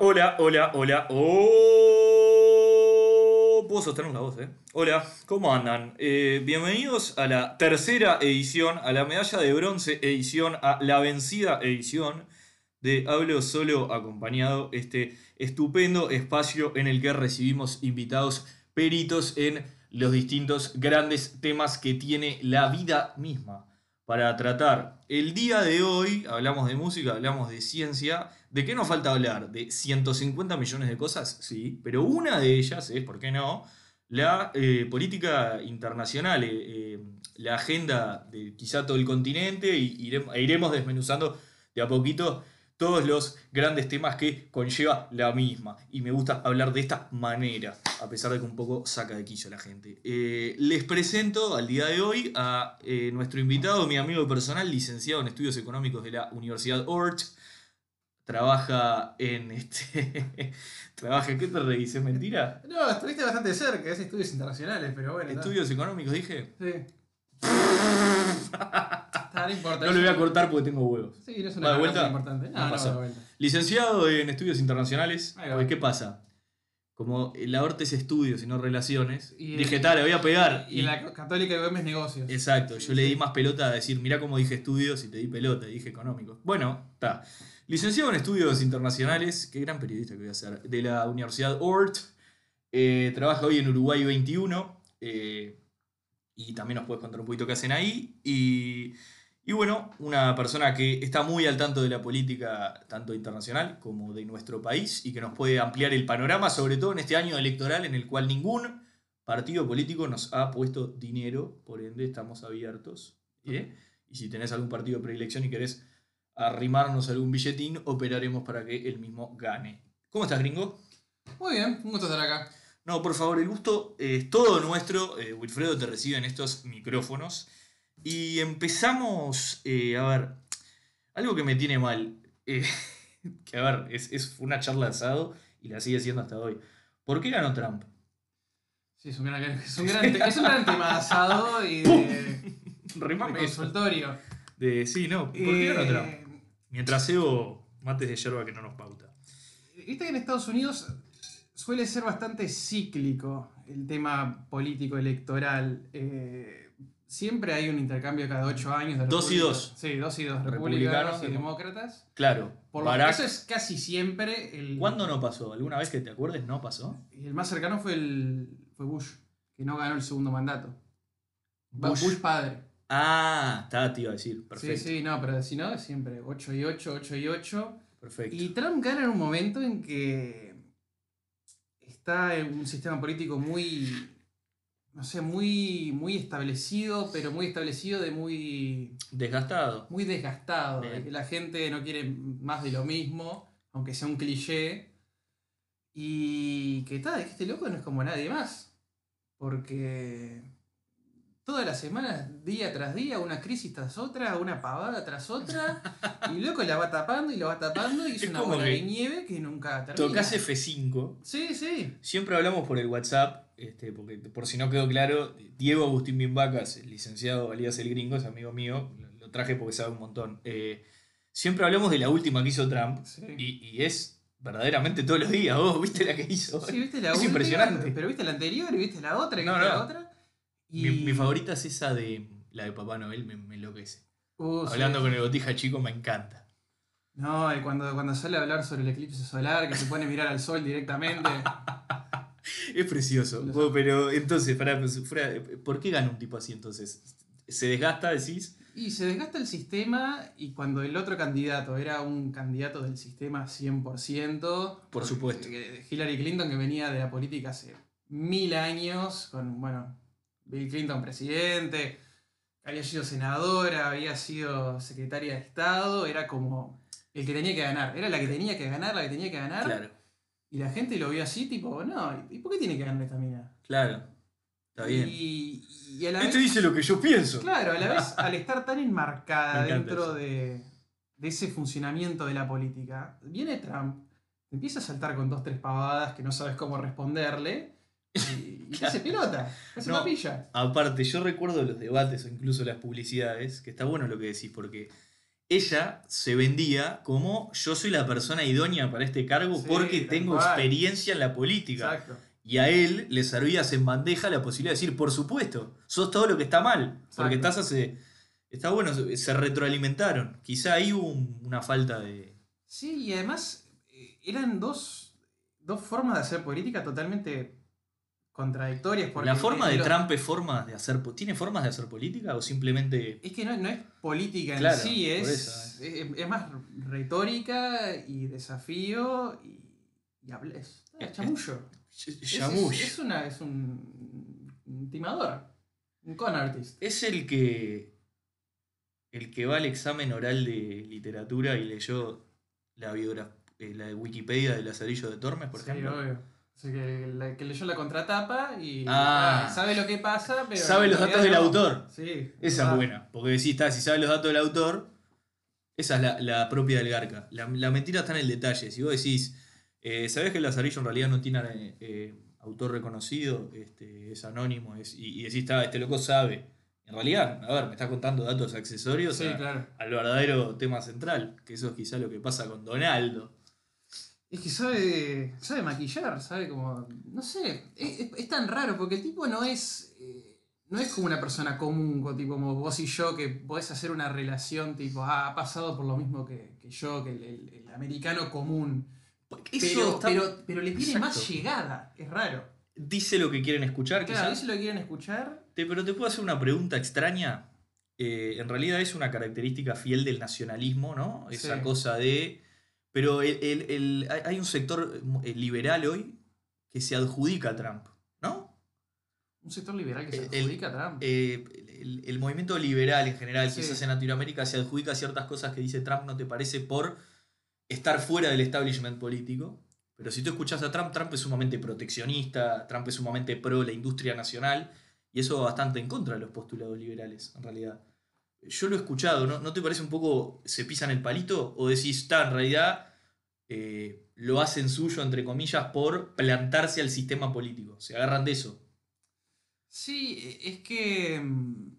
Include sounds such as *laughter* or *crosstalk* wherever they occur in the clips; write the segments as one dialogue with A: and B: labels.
A: Hola, hola, hola, hola. Oh, puedo sostener la voz, ¿eh? Hola, ¿cómo andan? Eh, bienvenidos a la tercera edición, a la medalla de bronce edición, a la vencida edición de Hablo Solo Acompañado, este estupendo espacio en el que recibimos invitados peritos en los distintos grandes temas que tiene la vida misma para tratar. El día de hoy hablamos de música, hablamos de ciencia. ¿De qué nos falta hablar? De 150 millones de cosas, sí, pero una de ellas es, ¿por qué no? La eh, política internacional, eh, eh, la agenda de quizá todo el continente, y irem- e iremos desmenuzando de a poquito todos los grandes temas que conlleva la misma. Y me gusta hablar de esta manera, a pesar de que un poco saca de quicio a la gente. Eh, les presento al día de hoy a eh, nuestro invitado, mi amigo personal, licenciado en Estudios Económicos de la Universidad Ort. Trabaja en este. *laughs* trabaja, ¿qué te reís? ¿Es mentira?
B: No, estuviste bastante cerca, es estudios internacionales, pero bueno. está.
A: Estudios económicos, dije. *laughs*
B: Sí. Está, no importa.
A: No lo voy a cortar porque tengo huevos.
B: Sí, no es
A: ¿Va
B: una
A: de vuelta?
B: cosa importante.
A: No
B: No, no,
A: pasa.
B: no, de vuelta.
A: Licenciado en estudios internacionales,
B: Ahí va.
A: pues, ¿qué pasa? Como la Orte es estudios y no relaciones,
B: Y-
A: dije, tal, le voy a pegar.
B: Y la Católica de Gómez Negocios.
A: Exacto, yo
B: Sí,
A: le
B: sí.
A: di más pelota a decir, mirá cómo dije estudios y te di pelota, y dije económico. Bueno, está. Licenciado en estudios internacionales, qué gran periodista que voy a ser, de la Universidad Ort. Eh, trabaja hoy en Uruguay 21. eh, y también nos puedes contar un poquito qué hacen ahí. Y, y bueno, una persona que está muy al tanto de la política, tanto internacional como de nuestro país, y que nos puede ampliar el panorama, sobre todo en este año electoral en el cual ningún partido político nos ha puesto dinero, por ende estamos abiertos. ¿eh? Y si tenés algún partido de predilección y querés arrimarnos algún billetín, operaremos para que el mismo gane. ¿Cómo estás, gringo?
B: Muy bien, un gusto estar acá.
A: No, por favor, el gusto es todo nuestro. Eh, Wilfredo te recibe en estos micrófonos. Y empezamos, eh, a ver, algo que me tiene mal, eh, *laughs* que a ver, es, es una charla de asado y la sigue siendo hasta hoy. ¿Por qué ganó Trump?
B: Sí, es un gran, es un gran, te- es un gran tema asado
A: *laughs*
B: y de, de
A: Remame eso.
B: consultorio.
A: De, sí, no, ¿por qué ganó
B: Eh,
A: Trump? Mientras cebo mates de yerba que no nos pauta.
B: Viste que en Estados Unidos suele ser bastante cíclico el tema político electoral. Eh, siempre hay un intercambio cada ocho años. de
A: Dos y
B: republicanos.
A: dos.
B: Sí, dos y dos.
A: Republicanos
B: Republicanos y
A: y
B: demócratas.
A: Claro,
B: Por lo que
A: Barack-
B: eso es casi siempre el.
A: ¿Cuándo no pasó? ¿Alguna vez que te acuerdes no pasó?
B: Y el más cercano fue el. fue Bush, que no ganó el segundo mandato. Va-
A: Bush.
B: Bush, padre.
A: Ah, está, te iba a decir. Perfecto.
B: Sí, sí, no, pero si no, siempre 8 y 8, 8 y 8.
A: Perfecto.
B: Y Trump gana en un momento en que está en un sistema político muy, no sé, muy, muy establecido, pero muy establecido de muy,
A: Desgastado.
B: muy desgastado.
A: Bien.
B: de que la gente no quiere más de lo mismo, aunque sea un cliché. Y que tal, es que este loco no es como nadie más. Porque todas las semanas, día tras día, una crisis tras otra, una pavada
A: *laughs*
B: tras otra, y loco la va tapando y la va tapando, y es,
A: Es
B: una
A: como
B: bola
A: que
B: de nieve que nunca termina.
A: Tocás F5.
B: Sí, sí.
A: Siempre hablamos por el WhatsApp, este, porque por si no quedó claro, Diego Agustín Bimbacas, el licenciado alias El Gringo, es amigo mío, lo, lo traje porque sabe un montón. Eh, siempre hablamos de la última que hizo Trump,
B: Sí,
A: y, y es verdaderamente todos los días, vos, ¿viste la que hizo?
B: Sí, viste la
A: Es
B: última,
A: impresionante.
B: Pero viste la anterior, y viste la otra, y
A: No,
B: viste la
A: no.
B: otra.
A: Mi, mi favorita es esa de la de Papá Noel, me, me enloquece.
B: Uh, sí.
A: Hablando con el botija chico me encanta.
B: No, y cuando, cuando sale a hablar sobre el eclipse solar, que se pone a mirar al sol
A: *laughs*
B: directamente.
A: Es precioso.
B: Lo sé.
A: Bueno, pero entonces, pará, pues, fuera- ¿por qué gana un tipo así entonces? ¿Se desgasta, decís?
B: Y se desgasta el sistema y cuando el otro candidato era un candidato del sistema 100%,
A: Por supuesto.
B: eh, Hillary Clinton que venía de la política hace mil años, con, bueno, Bill Clinton presidente, había sido senadora, había sido secretaria de Estado, era como el que tenía que ganar, era la que tenía que ganar, la que tenía que ganar.
A: Claro,
B: Y la gente lo vio así, tipo, no, ¿y por qué tiene que ganar esta mina?
A: claro. Está bien.
B: Y, y a la
A: Este
B: vez,
A: dice lo que yo pienso.
B: claro, a la vez, al estar tan
A: *laughs*
B: enmarcada
A: Me encanta
B: dentro
A: eso.
B: de, de ese funcionamiento de la política, viene Trump, te empieza a saltar con dos, tres pavadas que no sabes cómo responderle, y, y
A: *laughs*
B: te hace pelota, te hace
A: No.
B: papilla.
A: Aparte, yo recuerdo los debates o incluso las publicidades, que está bueno lo que decís, porque ella se vendía como yo soy la persona idónea para este cargo
B: Sí,
A: porque
B: tal
A: tengo
B: cual.
A: experiencia en la política.
B: Exacto.
A: Y a él le servías en bandeja la posibilidad de decir, por supuesto, sos todo lo que está mal. Porque
B: Exacto.
A: estás hace. Está bueno, se se retroalimentaron. Quizá ahí hubo un- una falta de.
B: Sí, y además eh, eran dos, dos formas de hacer política totalmente contradictorias. Porque
A: la forma
B: eh,
A: de
B: lo-
A: Trump es forma de hacer. po- ¿Tiene formas de hacer política o simplemente.?
B: Es que no, no es política
A: Claro,
B: en sí,
A: por
B: es,
A: eso,
B: es, es más retórica y desafío y, y habla- es- ah,
A: Es-
B: chamullo. Es- es-
A: Shamush.
B: Es, una, es un, un timador, un con artist.
A: Es el que. El que va al examen oral de literatura y leyó la biografía. La de Wikipedia de Lazarillo de Tormes, por
B: Sí,
A: ejemplo.
B: obvio. Así que, la- que leyó la contratapa y
A: Ah.
B: ah, sabe lo que pasa, pero.
A: Sabe
B: en
A: los datos
B: realidad
A: del
B: no.
A: autor.
B: Sí.
A: Esa
B: ah,
A: es buena, porque decís, está, si sabes los datos del autor, esa es la, la propia del Garca. La, la mentira está en el detalle. Si vos decís, eh, sabés que el Lazarillo en realidad no tiene eh, eh, autor reconocido, este, es anónimo, es- y, y decís, está, este loco sabe. En realidad, a ver, me estás contando datos accesorios
B: Sí,
A: a-
B: claro.
A: al verdadero tema central, que eso es quizá lo que pasa con Donaldo.
B: Es que sabe, sabe maquillar, sabe como. No sé, es, es- es tan raro porque el tipo no es. eh, no es como una persona común, co- tipo como vos y yo, que podés hacer una relación tipo, ah, ha pasado por lo mismo que, que yo, que el, el- el americano común. Pero,
A: está-
B: pero, pero le tiene más
A: Exacto.
B: llegada, es raro.
A: Dice lo que quieren escuchar,
B: Claro,
A: quizás.
B: eso lo quieren escuchar.
A: Te- pero te puedo hacer una pregunta extraña. Eh, en realidad es una característica fiel del nacionalismo, ¿no? Esa
B: Sí.
A: cosa de. Pero el- el- el- hay- hay un sector eh, liberal hoy que se adjudica a Trump, ¿no?
B: Un sector liberal que se
A: El-
B: adjudica a Trump.
A: Eh, el, el movimiento liberal en general,
B: Sí.
A: quizás en Latinoamérica, se adjudica ciertas cosas que dice Trump, ¿no te parece? Por estar fuera del establishment político. Pero si tú escuchas a Trump, Trump es sumamente proteccionista, Trump es sumamente pro la industria nacional, y eso va bastante en contra de los postulados liberales, en realidad. Yo lo he escuchado, ¿no? ¿No te parece un poco se pisan el palito? ¿O decís, está, en realidad eh, lo hacen suyo, entre comillas, por plantarse al sistema político? Se agarran de eso.
B: Sí, e- es que. mm,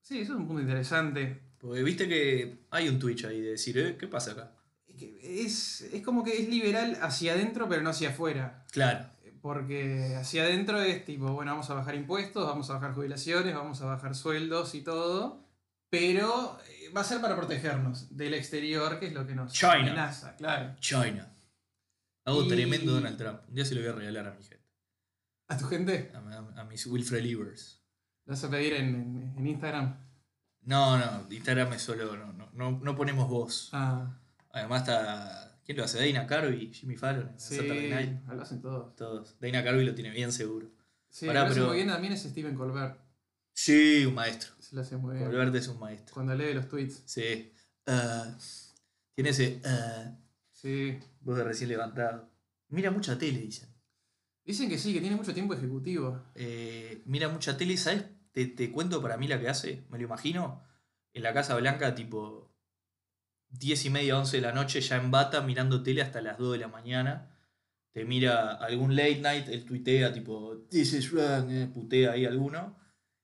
B: Sí, eso es un punto interesante.
A: Porque viste que hay un Twitch ahí de decir, eh, ¿qué pasa acá?
B: Es que Es, es como que es liberal hacia adentro, pero no hacia afuera.
A: Claro,
B: Porque hacia adentro es tipo, bueno, vamos a bajar impuestos, vamos a bajar jubilaciones, vamos a bajar sueldos y todo, pero eh, va a ser para protegernos del exterior, que es lo que nos
A: China.
B: amenaza, claro.
A: China. Hago
B: Y-
A: tremendo Donald Trump. Un día se lo voy a regalar a mi gente,
B: ¿A tu gente?
A: a, a- a mis Wilfred Levers.
B: Lo vas a pedir en, en- en Instagram.
A: No, no, Instagram es solo, no, no, no, no ponemos voz.
B: Ah,
A: Además está, ¿quién lo hace? Dana Carvey, Jimmy Fallon, en
B: sí, Ah,
A: Saturday Night,
B: lo hacen todos.
A: todos. Dana Carvey lo tiene bien seguro.
B: Sí,
A: Pará,
B: lo hace
A: pero-
B: muy bien también es Steven Colbert.
A: Sí, un maestro.
B: Se lo hace muy bien.
A: Colbert es un maestro.
B: Cuando lee los tweets.
A: Sí. Ah, tiene ese ah,
B: Sí.
A: voz de recién levantado. Mira mucha tele, dicen.
B: Dicen que sí, que tiene mucho tiempo ejecutivo.
A: Eh, mira mucha tele, ¿sabes? Te, te cuento para mí la que hace, me lo imagino. En la Casa Blanca, tipo 10 y media, 11 de la noche, ya en bata, mirando tele hasta las 2 de la mañana. Te mira algún late night, él tuitea, tipo, This is wrong, eh, putea ahí alguno.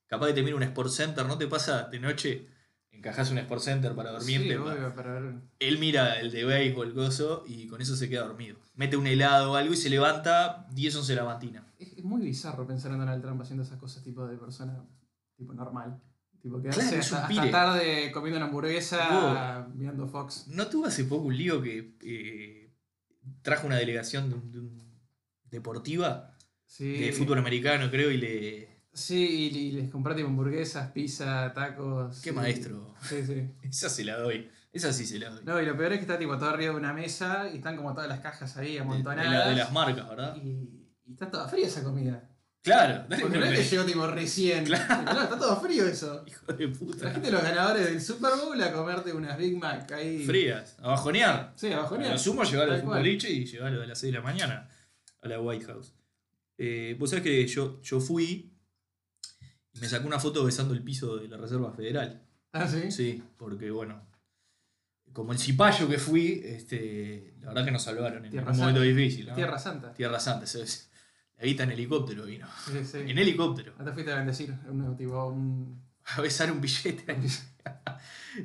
A: Capaz que te mira un Sport Center, ¿no te pasa de noche? Encajas un Sport Center para dormirte.
B: Sí,
A: pa-
B: obvio, para ver.
A: él mira el de béisbol, gozo, y con eso se queda dormido. Mete un helado o algo y se levanta 10, 11 de la mañana.
B: Es, es muy bizarro pensar en Donald Trump haciendo esas cosas tipo de persona tipo normal. Tipo que
A: Claro,
B: hace
A: es un
B: hasta,
A: pibe.
B: hasta tarde comiendo una hamburguesa, mirando Fox.
A: ¿No tuvo hace poco un lío que eh, trajo una delegación de un- de un- deportiva
B: Sí,
A: de fútbol americano, creo, y le.
B: Sí, y, y les compré tipo hamburguesas, pizza, tacos.
A: ¡Qué
B: y-
A: maestro!
B: Sí, sí.
A: Esa se la doy. Esa sí se la doy.
B: No, y lo peor es que está tipo todo arriba de una mesa y están como todas las cajas ahí
A: De- de,
B: amontonadas.
A: la- de las marcas, ¿verdad?
B: y, y está toda fría esa
A: *laughs*
B: comida.
A: Claro, dale
B: Porque
A: un
B: no es que
A: re-
B: llegó tipo recién.
A: Claro.
B: No, está todo frío eso.
A: *laughs* Hijo de puta.
B: Trajiste los ganadores del Super Bowl a comerte unas Big Mac ahí.
A: Frías. A bajonear.
B: Sí, abajo
A: A lo sumo llevarlo
B: Tal
A: al
B: cual.
A: boliche y llevarlo a las 6 de la mañana a la White House. Eh, Vos sabés que yo, yo fui y me sacó una foto besando el piso de la Reserva Federal.
B: Ah, sí.
A: Sí, porque bueno, como el cipayo que fui, este, la verdad que nos salvaron en
B: Tierra
A: un momento
B: Santa.
A: difícil. ¿no?
B: Tierra Santa.
A: Tierra Santa, eso es. La guita en helicóptero vino.
B: Sí, sí.
A: En helicóptero.
B: Ahora te fuiste a bendecir a un, tipo, a un-
A: A besar un billete. *laughs*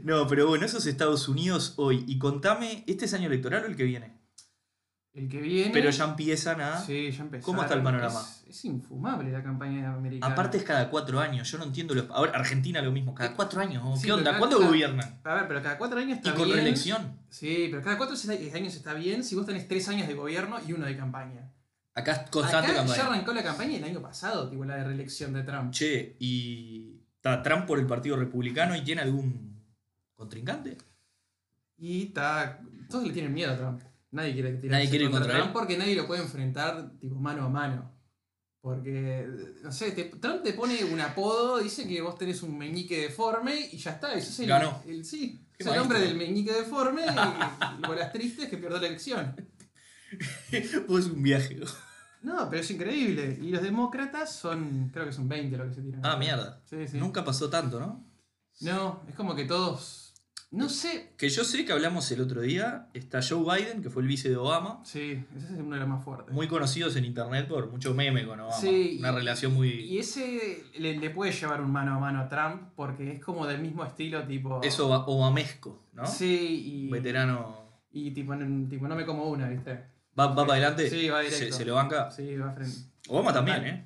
A: No, pero bueno, eso es Estados Unidos hoy. Y contame, ¿este es año electoral o el que viene?
B: El que viene.
A: Pero ya empiezan a.
B: Sí, ya empezaron.
A: ¿Cómo está el panorama?
B: Es, es infumable la campaña americana.
A: Aparte es cada cuatro años, yo no entiendo los. Ahora, Argentina lo mismo, cada cuatro años. ¿no?
B: Sí,
A: ¿Qué
B: pero
A: onda?
B: cada-
A: ¿Cuándo
B: cada-
A: gobiernan?
B: A ver, pero cada cuatro años
A: Y
B: está
A: con
B: bien.
A: reelección.
B: Sí, pero cada cuatro años está bien si vos tenés tres años de gobierno y uno de campaña.
A: Acá es constante
B: Acá
A: campaña.
B: ya arrancó la campaña el año pasado, tipo la de reelección de Trump.
A: Che, y. Está Trump por el Partido Republicano y tiene algún contrincante. *laughs*
B: Y está. Todos le tienen miedo a Trump. Nadie quiere tirarse
A: Nadie quiere ir
B: contra
A: contra él.
B: Trump porque nadie lo puede enfrentar tipo mano a mano. Porque, no sé, te- Trump te pone un apodo, dice que vos tenés un meñique deforme y ya está. Eso es el,
A: Ganó.
B: el- sí,
A: Qué
B: es el hombre del
A: maestro.
B: meñique deforme y, y bolas tristes que pierde la elección.
A: Pues es un viaje.
B: No, pero es increíble. Y los demócratas son, creo que son 20 lo que se tiran.
A: Ah, mierda.
B: Sí, sí.
A: Nunca pasó tanto, ¿no?
B: No, es como que todos. No sé.
A: Que yo sé que hablamos el otro día, está Joe Biden, que fue el vice de Obama,
B: Sí, ese es uno de los más fuertes.
A: muy conocidos en internet por mucho meme con Obama.
B: Sí,
A: Una
B: y-
A: relación muy...
B: Y ese le, le puede llevar un mano a mano a Trump porque es como del mismo estilo, tipo.
A: Es oba- obamesco, ¿no?
B: Sí, y.
A: Veterano.
B: Y tipo, n- tipo, no me como una, ¿viste?
A: Va, va para adelante.
B: Sí, va
A: se,
B: directo.
A: se lo banca.
B: Sí, va frente.
A: Obama también,
B: Vale.
A: ¿eh?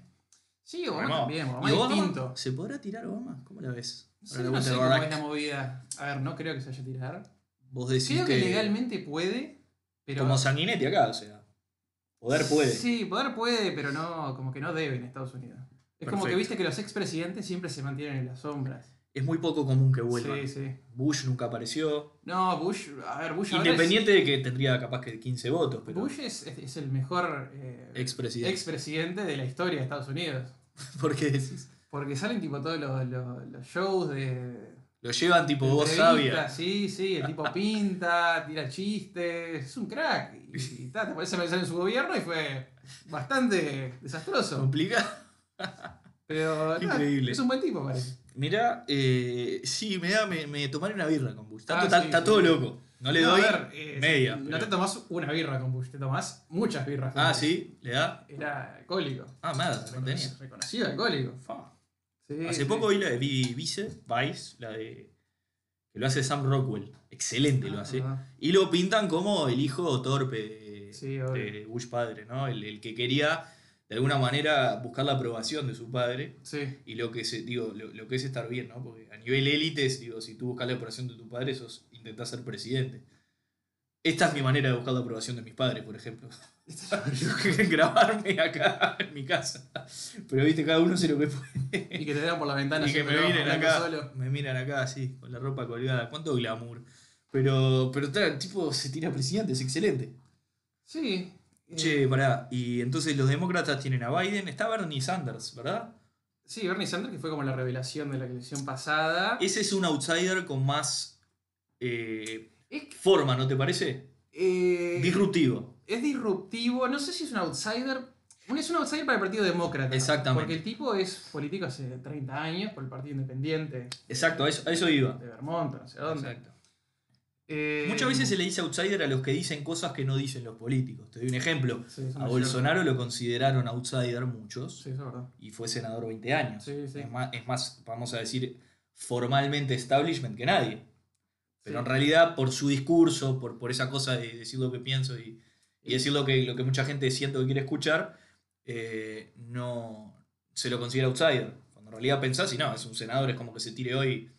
B: Sí, Obama
A: Remado.
B: también, Obama
A: ¿Y
B: es
A: Obama?
B: distinto.
A: ¿Se podrá tirar Obama? ¿Cómo la ves?
B: Sí,
A: Ahora que
B: no
A: vuelta
B: sé
A: a
B: cómo
A: Barack,
B: es la movida. A ver, no creo que se haya tirado.
A: Vos decís
B: Creo que
A: que-
B: legalmente puede, pero.
A: Como Sanguinetti acá, o sea. Poder puede.
B: Sí, poder puede, pero no, como que no debe en Estados Unidos. Es como que
A: Perfecto.
B: viste que los expresidentes siempre se mantienen en las sombras.
A: Es muy poco común que vuelva.
B: Sí, sí.
A: Bush nunca apareció.
B: No, Bush, a ver, Bush ahora es-
A: Independiente de que tendría capaz que 15 votos, pero.
B: Bush es, es- es el mejor eh,
A: Expresidente. *laughs*
B: expresidente de la historia de Estados Unidos.
A: ¿Por qué decís?
B: Porque salen tipo todos los, los- los shows de.
A: Lo llevan tipo
B: de
A: vos
B: entrevistas,
A: sabia.
B: Sí, sí,
A: *laughs*
B: el tipo pinta, tira chistes, es un crack. Y, y
A: *laughs*
B: ta, te parece pensar en su gobierno y fue bastante desastroso.
A: Complicado.
B: Pero
A: Qué
B: ta,
A: increíble.
B: es un buen tipo, parece.
A: Mirá, eh, sí, me, da, me, me tomaré una birra con Bush. Está,
B: Ah,
A: está-
B: sí,
A: está
B: sí.
A: todo loco. No le
B: No, a
A: doy
B: ver, eh,
A: media.
B: No
A: pero-
B: te tomás una birra con Bush, te tomás muchas birras. con
A: Ah,
B: Bush.
A: sí, le da.
B: Era alcohólico.
A: Ah, nada, no
B: Reconoc-
A: tenía.
B: Reconocido alcohólico.
A: Fa.
B: Sí,
A: Hace
B: sí.
A: poco vi la de vi Vice, Vice, la de. que lo hace Sam Rockwell. Excelente lo
B: Ah,
A: hace.
B: ah,
A: Y lo pintan como el hijo torpe de,
B: Sí, obvio.
A: de Bush padre, ¿no? El, el que quería, de alguna manera, buscar la aprobación de su padre.
B: Sí.
A: Y lo que, se, digo, lo, lo que es estar bien, ¿no? Porque a nivel élites, digo, si tú buscas la aprobación de tu padre, sos, intentás ser presidente. Esta es mi manera de buscar la aprobación de mis padres, por ejemplo. *laughs* Grabarme acá en mi casa. Pero viste, cada uno se lo que puede.
B: Y que te dan por la ventana.
A: Y que
B: siempre
A: me
B: lo vas
A: miren
B: hablando
A: acá,
B: solo.
A: me miran acá así, con la ropa colgada. Cuánto glamour. Pero, pero está, tipo se tira presidente, es excelente.
B: Sí. eh,
A: Che, pará. Y entonces los demócratas tienen a Biden, está Bernie Sanders, ¿verdad?
B: Sí, Bernie Sanders, que fue como la revelación de la elección pasada.
A: Ese es un outsider con más eh,
B: Es, que,
A: forma, ¿no te parece?
B: eh,
A: Disruptivo.
B: es disruptivo. No sé si es un outsider. Bueno, Es un outsider para el Partido Demócrata.
A: Exactamente.
B: Porque el tipo es político hace 30 años por el Partido Independiente.
A: Exacto, a eso, a eso iba.
B: De Vermont, no sé dónde.
A: Exacto.
B: Eh,
A: Muchas veces se le dice outsider a los que dicen cosas que no dicen los políticos. Te doy un ejemplo.
B: Sí, eso
A: A
B: no es
A: Bolsonaro lo consideraron outsider muchos.
B: cierto. Sí, eso es verdad.
A: y fue senador 20 años.
B: Sí, sí.
A: Es, más, es más, vamos a decir, formalmente establishment que nadie. Pero
B: Sí.
A: en realidad, por su discurso, por, por esa cosa de decir lo que pienso y, y decir lo que, lo que mucha gente siente que quiere escuchar, eh, no se lo considera outsider. Cuando en realidad pensás, y no, es un senador, es como que se tire hoy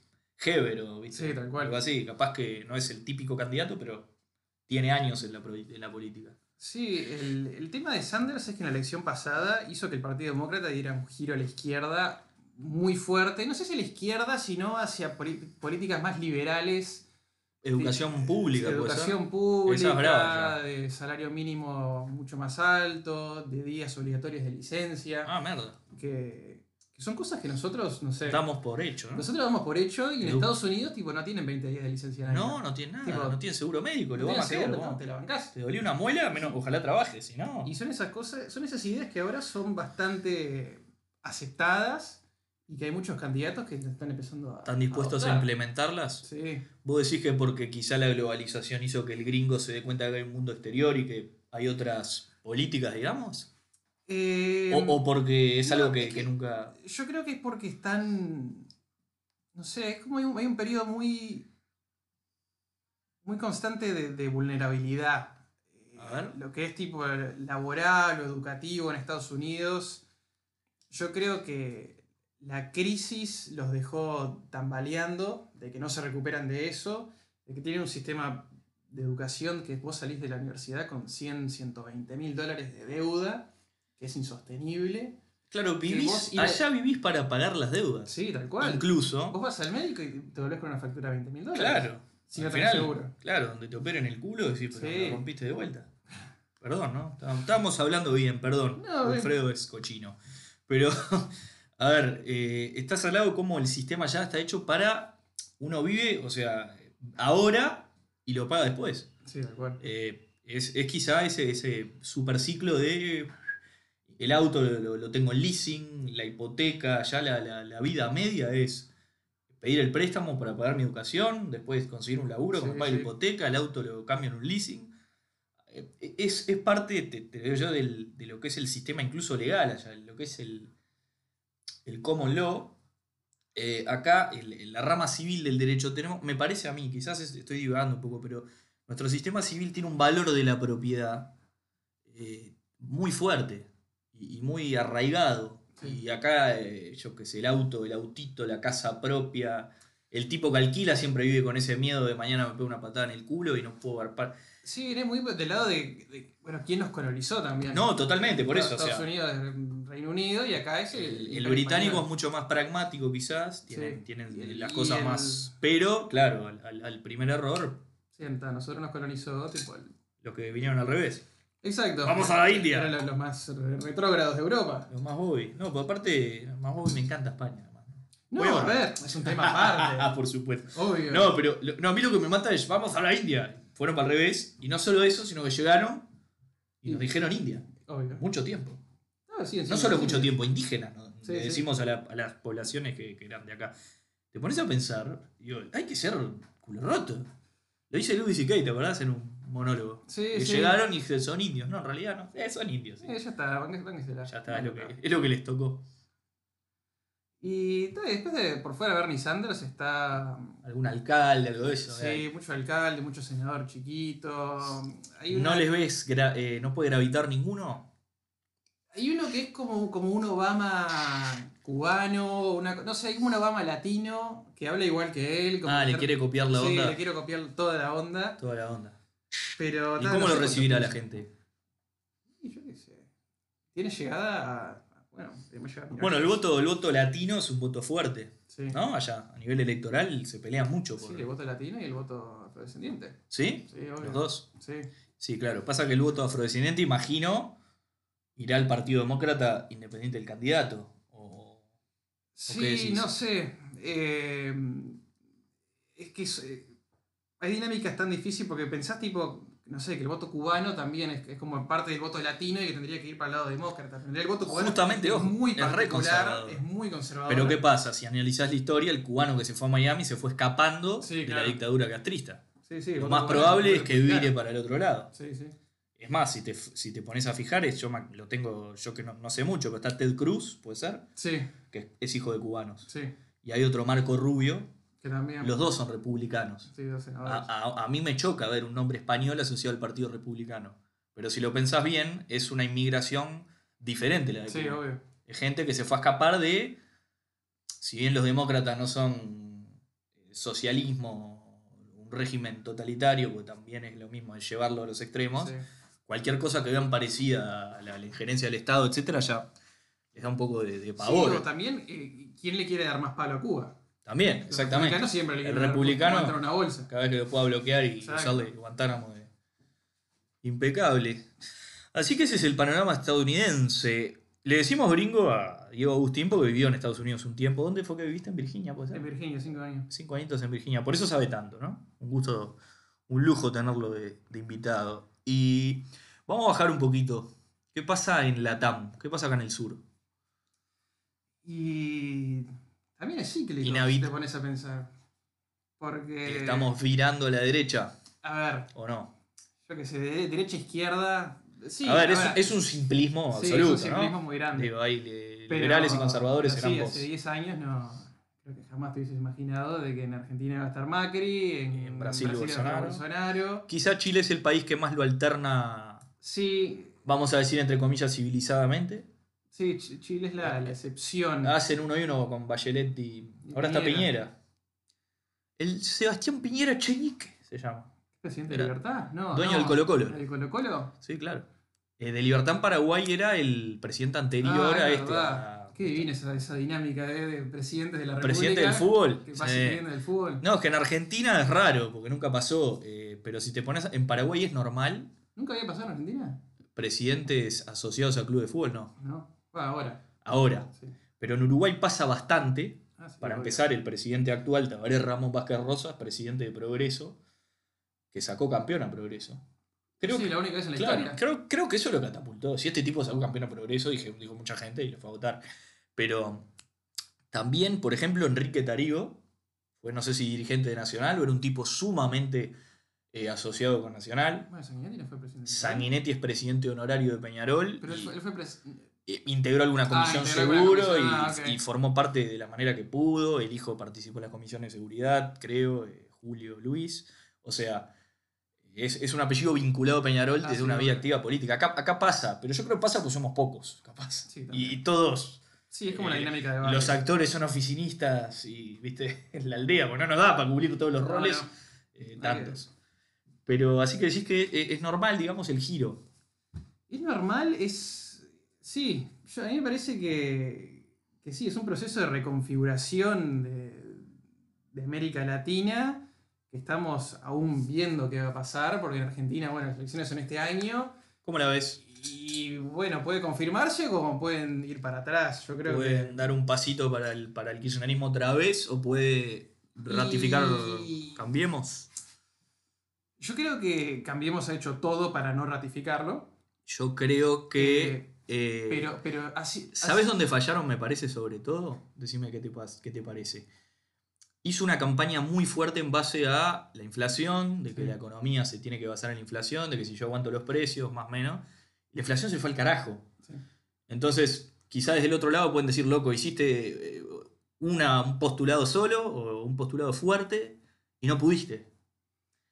A: Heber o ¿viste?
B: Sí, tal cual.
A: algo así. Capaz que no es el típico candidato, pero tiene años en la, pro- en la política.
B: Sí, el, el tema de Sanders es que en la elección pasada hizo que el Partido Demócrata diera un giro a la izquierda muy fuerte. No sé si a la izquierda, sino hacia poli- políticas más liberales.
A: Educación pública,
B: de
A: puede ser.
B: educación
A: Esa es brava
B: pública,
A: ya.
B: de salario mínimo mucho más alto, de días obligatorios de licencia,
A: Ah, mierda.
B: que, que son cosas que nosotros, no sé,
A: Estamos por hecho, ¿no?
B: nosotros damos por hecho y en
A: Edu-
B: Estados Unidos tipo no tienen 20 días de licencia al año.
A: No, no tiene nada,
B: Tipo,
A: no tiene seguro médico,
B: No
A: lo vamos a
B: tienen
A: hacer.
B: seguro,
A: vos.
B: no, te la bancás.
A: Te dolió una muela, menos ojalá trabajes, si no.
B: Y son esas cosas, son esas ideas que ahora son bastante aceptadas y que hay muchos candidatos que están empezando a.
A: ¿Están dispuestos a,
B: adoptar.
A: implementarlas?
B: Sí,
A: Vos decís que porque quizá la globalización hizo que el gringo se dé cuenta que hay un mundo exterior y que hay otras políticas, digamos.
B: Eh,
A: O, o porque es
B: no,
A: algo que,
B: es
A: que
B: que-
A: nunca.
B: Yo creo que es porque están. No sé, es como hay un, hay un periodo muy. muy constante de, de vulnerabilidad. Eh,
A: A ver.
B: Lo que es tipo laboral o educativo en Estados Unidos. Yo creo que la crisis los dejó tambaleando, de que no se recuperan de eso, de que tienen un sistema de educación que vos salís de la universidad con 100, 120 mil dólares de deuda, que es insostenible.
A: Claro, vivís,
B: vos ir a-
A: allá vivís para pagar las deudas.
B: Sí, tal cual.
A: Incluso.
B: Vos vas al médico y te volvés con una factura de 20 mil dólares.
A: Claro.
B: Si
A: al
B: no tenés
A: final,
B: seguro.
A: Claro, donde te operen el culo y decís, pero
B: Sí.
A: me lo rompiste de vuelta. Perdón, ¿no? Estábamos- Estábamos hablando bien, perdón.
B: No, bien.
A: Alfredo es cochino. Pero, *laughs* a ver, eh, estás al lado como el sistema ya está hecho para. Uno vive, o sea, ahora y lo paga después.
B: Sí, de acuerdo.
A: Eh, es, es quizá ese, ese super ciclo de el auto lo, lo- lo tengo en leasing, la hipoteca, ya la, la- la vida media es pedir el préstamo para pagar mi educación, después conseguir un laburo que me
B: Sí,
A: pague la
B: sí.
A: hipoteca, el auto lo cambio en un leasing. Eh, Es, es parte, te, te digo yo, del- de lo que es el sistema incluso legal allá, lo que es el, el common law. Eh, acá, el- el- la rama civil del derecho, tenemos, me parece a mí, quizás es- estoy divagando un poco, pero nuestro sistema civil tiene un valor de la propiedad eh, muy fuerte y, y muy arraigado.
B: Sí.
A: Y acá, eh, yo qué sé, el auto, el autito, la casa propia, el tipo que alquila siempre vive con ese miedo de mañana me pego una patada en el culo y no puedo barpar.
B: Sí, viene muy del lado de, de- Bueno, ¿quién nos colonizó también?
A: No, totalmente, por eso. o
B: Estados
A: sea,
B: Unidos, Reino Unido y acá es el.
A: El, el británico es mucho más pragmático quizás, tienen,
B: Sí.
A: tienen
B: Y el-
A: las
B: y
A: cosas
B: el-
A: más... Pero, claro, al, al- al primer error,
B: Sienta, nosotros nos colonizó, tipo. el-
A: los que vinieron al revés.
B: Exacto.
A: Vamos a la India.
B: Eran los, los más re- retrógrados de Europa.
A: Los más Bobby. No, pero aparte, más Bobby me encanta España. hermano.
B: No,
A: Voy a
B: a
A: borrar.
B: ver, es un tema
A: *laughs*
B: aparte.
A: Ah, por supuesto.
B: obvio.
A: No, pero lo- no, a mí lo que me mata es, vamos a la India. Fueron para el revés, y no solo eso, sino que llegaron y nos
B: Sí.
A: dijeron India.
B: Obvio.
A: Mucho tiempo.
B: No, sí,
A: No
B: encima,
A: solo
B: sí.
A: mucho tiempo, indígenas, ¿no?
B: Sí,
A: le
B: sí.
A: decimos a, la- a las poblaciones que, que eran de acá. Te pones a pensar, digo, hay que ser culo roto. Lo dice Louis C.K., ¿te acordás? En un monólogo.
B: Sí,
A: que
B: sí.
A: llegaron y dije, son indios. No, en realidad no. Eh, son indios. sí.
B: Eh, ya está, van- van que se la-
A: Ya está, es lo,
B: van
A: que, es lo que les tocó.
B: Y ta, después de por fuera Bernie Sanders está.
A: Algún alcalde, algo de eso. eh.
B: Sí, mucho alcalde, mucho senador chiquito. Hay uno,
A: No les ves, gra- eh, no puede gravitar ninguno.
B: hay uno que es como, como un Obama cubano, una, co- no sé, hay como un Obama latino que habla igual que él. como
A: Ah,
B: que
A: le
B: está-
A: quiere copiar la
B: sí,
A: onda.
B: le quiero copiar toda la onda.
A: Toda la onda.
B: Pero,
A: ¿Y
B: ta,
A: cómo
B: no
A: lo
B: sé
A: recibirá la
B: cuánto-
A: gente?
B: Y yo qué sé. Tiene llegada a. Bueno, me llega a mirar.
A: Bueno, el voto, el voto latino es un voto fuerte,
B: sí.
A: ¿no? Allá, a nivel electoral, se pelea mucho por.
B: Sí, el voto latino y el voto afrodescendiente.
A: ¿Sí?
B: Sí, obvio.
A: Los dos.
B: Sí.
A: Sí, claro. Pasa que el voto afrodescendiente, imagino, irá al Partido Demócrata independiente del candidato. O... ¿O qué
B: Sí,
A: decís?
B: no sé. Eh, es que es, eh, hay dinámicas tan difíciles porque pensás, tipo, no sé, que el voto cubano también es, es como parte del voto latino y que tendría que ir para el lado demócrata. En realidad El voto cubano
A: Justamente,
B: es
A: ojo,
B: muy
A: es re
B: particular,
A: conservador.
B: es muy conservador.
A: Pero ¿qué pasa? Si analizás la historia, el cubano que se fue a Miami se fue escapando
B: Sí,
A: de la
B: claro.
A: dictadura castrista.
B: Sí, sí, el
A: Lo
B: voto
A: más
B: cubano
A: probable
B: muy
A: es que vire
B: republicano.
A: para el otro lado.
B: Sí, sí.
A: Es más, si te, si te pones a fijar, es- yo me- lo tengo, yo que no, no sé mucho, pero está Ted Cruz, puede ser,
B: Sí,
A: que es, es hijo de cubanos.
B: sí,
A: Y hay otro Marco Rubio,
B: que también.
A: los Ah, dos son republicanos.
B: Sí, dos senadores.
A: A, a- a mí me choca ver un nombre español asociado al Partido Republicano. Pero si lo pensás bien, es una inmigración diferente la de
B: sí,
A: Cuba.
B: obvio.
A: Es gente que se fue a escapar de, si bien los demócratas no son eh, socialismo, un régimen totalitario, porque también es lo mismo de llevarlo a los extremos,
B: Sí.
A: cualquier cosa que vean parecida a la, la injerencia del Estado, etcétera, ya les da un poco de, de pavor.
B: Sí, o también, eh, ¿quién le quiere dar más palo a Cuba?
A: También,
B: Los
A: exactamente.
B: republicanos siempre le
A: El
B: quieren dar-
A: republicano-
B: levantan una bolsa.
A: Cada vez que lo pueda bloquear y
B: Exacto.
A: usarle Guantánamo de. Impecable. Así que ese es el panorama estadounidense. Le decimos gringo a Diego Agustín porque vivió en Estados Unidos un tiempo. ¿Dónde fue que viviste? ¿En Virginia? ¿Puede ser?
B: En Virginia, cinco años.
A: Cinco añitos en Virginia. Por eso sabe tanto, ¿no? Un gusto, un lujo tenerlo de, de invitado. Y vamos a bajar un poquito. ¿Qué pasa en Latam? ¿Qué pasa acá en el sur?
B: Y también es cíclico,
A: Inhabit-
B: si te pones a pensar. Porque.
A: Estamos virando a la derecha,
B: A ver,
A: ¿o no?
B: yo que sé, de derecha a izquierda. Sí,
A: a ver, es,
B: ahora-
A: es un simplismo
B: sí,
A: absoluto,
B: es un simplismo
A: ¿no?
B: muy grande.
A: Digo, hay eh,
B: Pero-
A: liberales y conservadores
B: pero
A: en
B: sí,
A: ambos.
B: hace 10 años no. Creo que jamás te hubieses imaginado de que en Argentina va a estar Macri, en,
A: En Brasil
B: va a estar
A: Bolsonaro.
B: Bolsonaro.
A: Quizá Chile es el país que más lo alterna,
B: Sí,
A: vamos a decir entre comillas, civilizadamente.
B: sí, Ch- Chile es la, la
A: Eh,
B: excepción.
A: Hacen uno y uno con Bachelet y. Ahora está
B: Piñera.
A: Piñera. El Sebastián Piñera Cheñique se llama.
B: ¿Presidente de
A: Era
B: Libertad? No.
A: dueño
B: no.
A: del Colo-Colo.
B: ¿El Colo Colo?
A: Sí, claro. Eh, de Libertad en Paraguay era el presidente anterior a este. a-
B: Ah, Qué divina esa, esa dinámica de, de presidentes de la
A: presidente del
B: República.
A: fútbol.
B: Que
A: Sí.
B: pasa presidente del fútbol.
A: No, es que en Argentina es raro, porque nunca pasó. eh, pero si te pones. En Paraguay es normal.
B: ¿Nunca había pasado en Argentina?
A: Presidentes asociados al club de fútbol, no.
B: No. Va, ahora.
A: Ahora.
B: Sí.
A: Pero en Uruguay pasa bastante.
B: Ah, sí,
A: Para
B: obvio.
A: empezar, el presidente actual, Tabaré Ramón Vázquez Rosas, presidente de Progreso, que sacó campeón a Progreso. Creo,
B: sí,
A: que,
B: la única vez en la
A: claro,
B: historia.
A: creo, creo que eso lo catapultó. Si este tipo sacó campeón a Progreso, dije, dijo mucha gente y lo fue a votar. Pero también, por ejemplo, Enrique Tarigo, fue no sé si dirigente de Nacional o era un tipo sumamente eh, asociado con Nacional.
B: Bueno, Sanguinetti no fue presidente.
A: Sanguinetti es presidente honorario de Peñarol.
B: Pero él
A: y-
B: fue, él fue pres-
A: eh, integró alguna comisión
B: Ah, integró alguna
A: seguro
B: comisión,
A: y,
B: ah, ok.
A: y formó parte de la manera que pudo. El hijo participó en la comisión de seguridad, creo, eh, Julio Luis. O sea, es, es un apellido vinculado a Peñarol
B: Ah,
A: desde
B: sí,
A: una
B: ok.
A: vida activa política. Acá, acá pasa, pero yo creo que pasa porque somos pocos, capaz.
B: Sí, también.
A: y, todos.
B: Sí, es como la
A: eh,
B: dinámica de barrio.
A: Los actores son oficinistas y, viste, *laughs* en la aldea, porque no nos da para cubrir todos los
B: No,
A: roles.
B: no.
A: eh, tantos. Pero así que decís que eh, es normal, digamos, el giro.
B: Es normal, es. Sí, yo- a mí me parece que, que sí, es un proceso de reconfiguración de, de América Latina que estamos aún viendo qué va a pasar, porque en Argentina, bueno, las elecciones son este año
A: ¿Cómo la ves?
B: y bueno, puede confirmarse como pueden ir para atrás, yo creo
A: pueden
B: que.
A: dar un pasito para el, para el kirchnerismo otra vez o puede ratificar
B: Y-
A: cambiemos
B: Yo creo que Cambiemos ha hecho todo para no ratificarlo,
A: yo creo que eh,
B: pero, pero así.
A: sabes
B: así-
A: dónde fallaron me parece sobre todo decime qué te pas- qué te parece hizo una campaña muy fuerte en base a la inflación de que
B: Sí.
A: la economía se tiene que basar en la inflación de que si yo aguanto los precios más o menos la inflación se fue al carajo
B: Sí.
A: Entonces, quizá desde el otro lado pueden decir, loco, hiciste eh, una, un postulado solo o un postulado fuerte y no pudiste.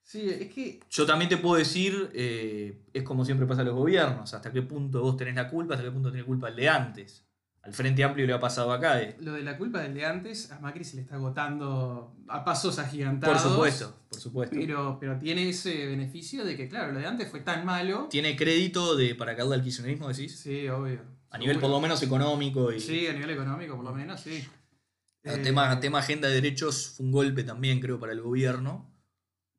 B: Sí, es que
A: Yo también te puedo decir, eh, es como siempre pasa a los gobiernos, hasta qué punto vos tenés la culpa, hasta qué punto tiene culpa el de antes. Al Frente Amplio le ha pasado acá. eh. de-
B: Lo de la culpa del de antes, a Macri se le está agotando a pasos
A: por
B: agigantados.
A: supuesto, por supuesto.
B: Pero, pero tiene ese beneficio de que, claro, lo de antes fue tan malo.
A: Tiene crédito de para caer al kirchnerismo, decís,
B: Sí, obvio.
A: a nivel por lo menos económico y
B: Sí, a nivel económico, por lo menos, sí.
A: a
B: Eh,
A: tema, tema agenda de derechos fue un golpe también, creo, para el gobierno.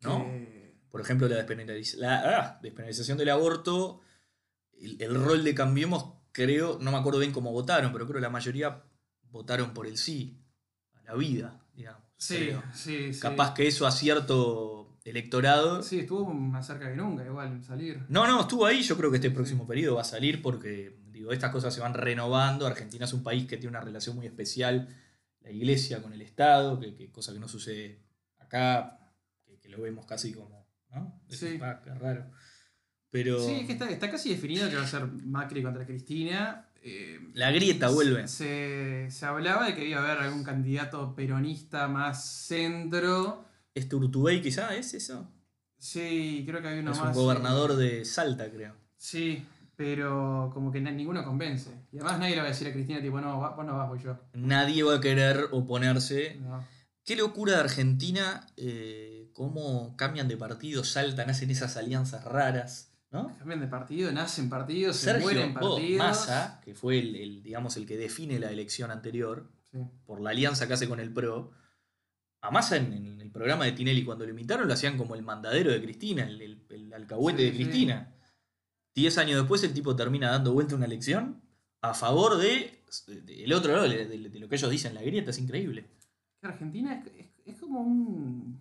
A: ¿No?
B: que-
A: Por ejemplo, la, despenaliz- la- ah, despenalización del aborto, el, el rol de Cambiemos, creo, no me acuerdo bien cómo votaron, pero creo que la mayoría votaron por el sí a la vida, digamos.
B: sí,
A: creo.
B: sí, sí.
A: Capaz que eso a cierto electorado.
B: Sí, estuvo más cerca que nunca, igual, en salir.
A: No, no, estuvo ahí. Yo creo que este próximo periodo va a salir porque, digo, estas cosas se van renovando. Argentina es un país que tiene una relación muy especial, la iglesia con el Estado, que, que cosa que no sucede acá, que, que lo vemos casi como, ¿no? Decís,
B: Sí.
A: "Pa, qué raro. Pero
B: Sí, es que está, está casi definido que va a ser Macri contra Cristina. Eh,
A: la grieta vuelve.
B: se, se hablaba de que iba a haber algún candidato peronista más centro.
A: ¿Este Urtubey quizá es eso?
B: Sí, creo que había uno
A: es
B: más. eh,
A: un gobernador de Salta, creo.
B: Sí, pero como que na- ninguno convence. Y además nadie le va a decir a Cristina, tipo, no, va- vos no vas, voy yo.
A: Nadie va a querer oponerse
B: No.
A: Qué locura de Argentina, eh, cómo cambian de partido, saltan, hacen esas alianzas raras, ¿no?
B: Cambian de partido, nacen partidos, se
A: Sergio
B: mueren
A: Bo-
B: partidos.
A: Massa, que fue el, el, digamos, el que define la elección anterior,
B: Sí.
A: por la alianza que hace con el PRO, a Massa en, en el programa de Tinelli, cuando lo imitaron, lo hacían como el mandadero de Cristina, el, el- el alcahuete
B: Sí,
A: de
B: sí.
A: Cristina. Diez años después el tipo termina dando vuelta una elección a favor de, del otro lado, de, de- de lo que ellos dicen, la grieta, es increíble.
B: Que Argentina es, es- es como un,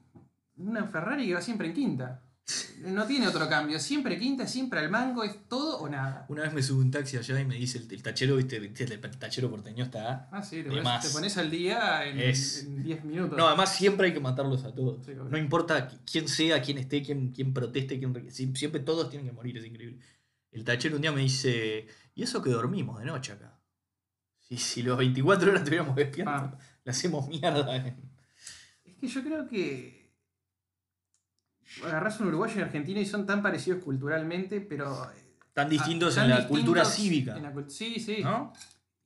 B: una Ferrari que va siempre en quinta. No tiene otro cambio, siempre quinta, siempre al mango, es todo o nada.
A: Una vez me subo un taxi allá y me dice el, el tachero, viste, viste, el tachero porteño está.
B: Ah, sí, te
A: De
B: pones,
A: más.
B: te pones al día en
A: Es-
B: en 10 minutos.
A: No, además siempre hay que matarlos a todos.
B: Sí, obvio.
A: No importa qui- quién sea, quién esté, quién, quién proteste, quién re- si- siempre todos tienen que morir, es increíble. El tachero un día me dice, ¿y eso que dormimos de noche acá? Si, si los 24 horas estuviéramos despiertos,
B: Ah.
A: le hacemos mierda. eh.
B: Es que yo creo que. Agarrás un uruguayo y un argentino y son tan parecidos culturalmente, pero. eh,
A: Tan distintos
B: tan
A: en la
B: distintos
A: cultura cívica.
B: en la cult- sí, sí.
A: ¿No?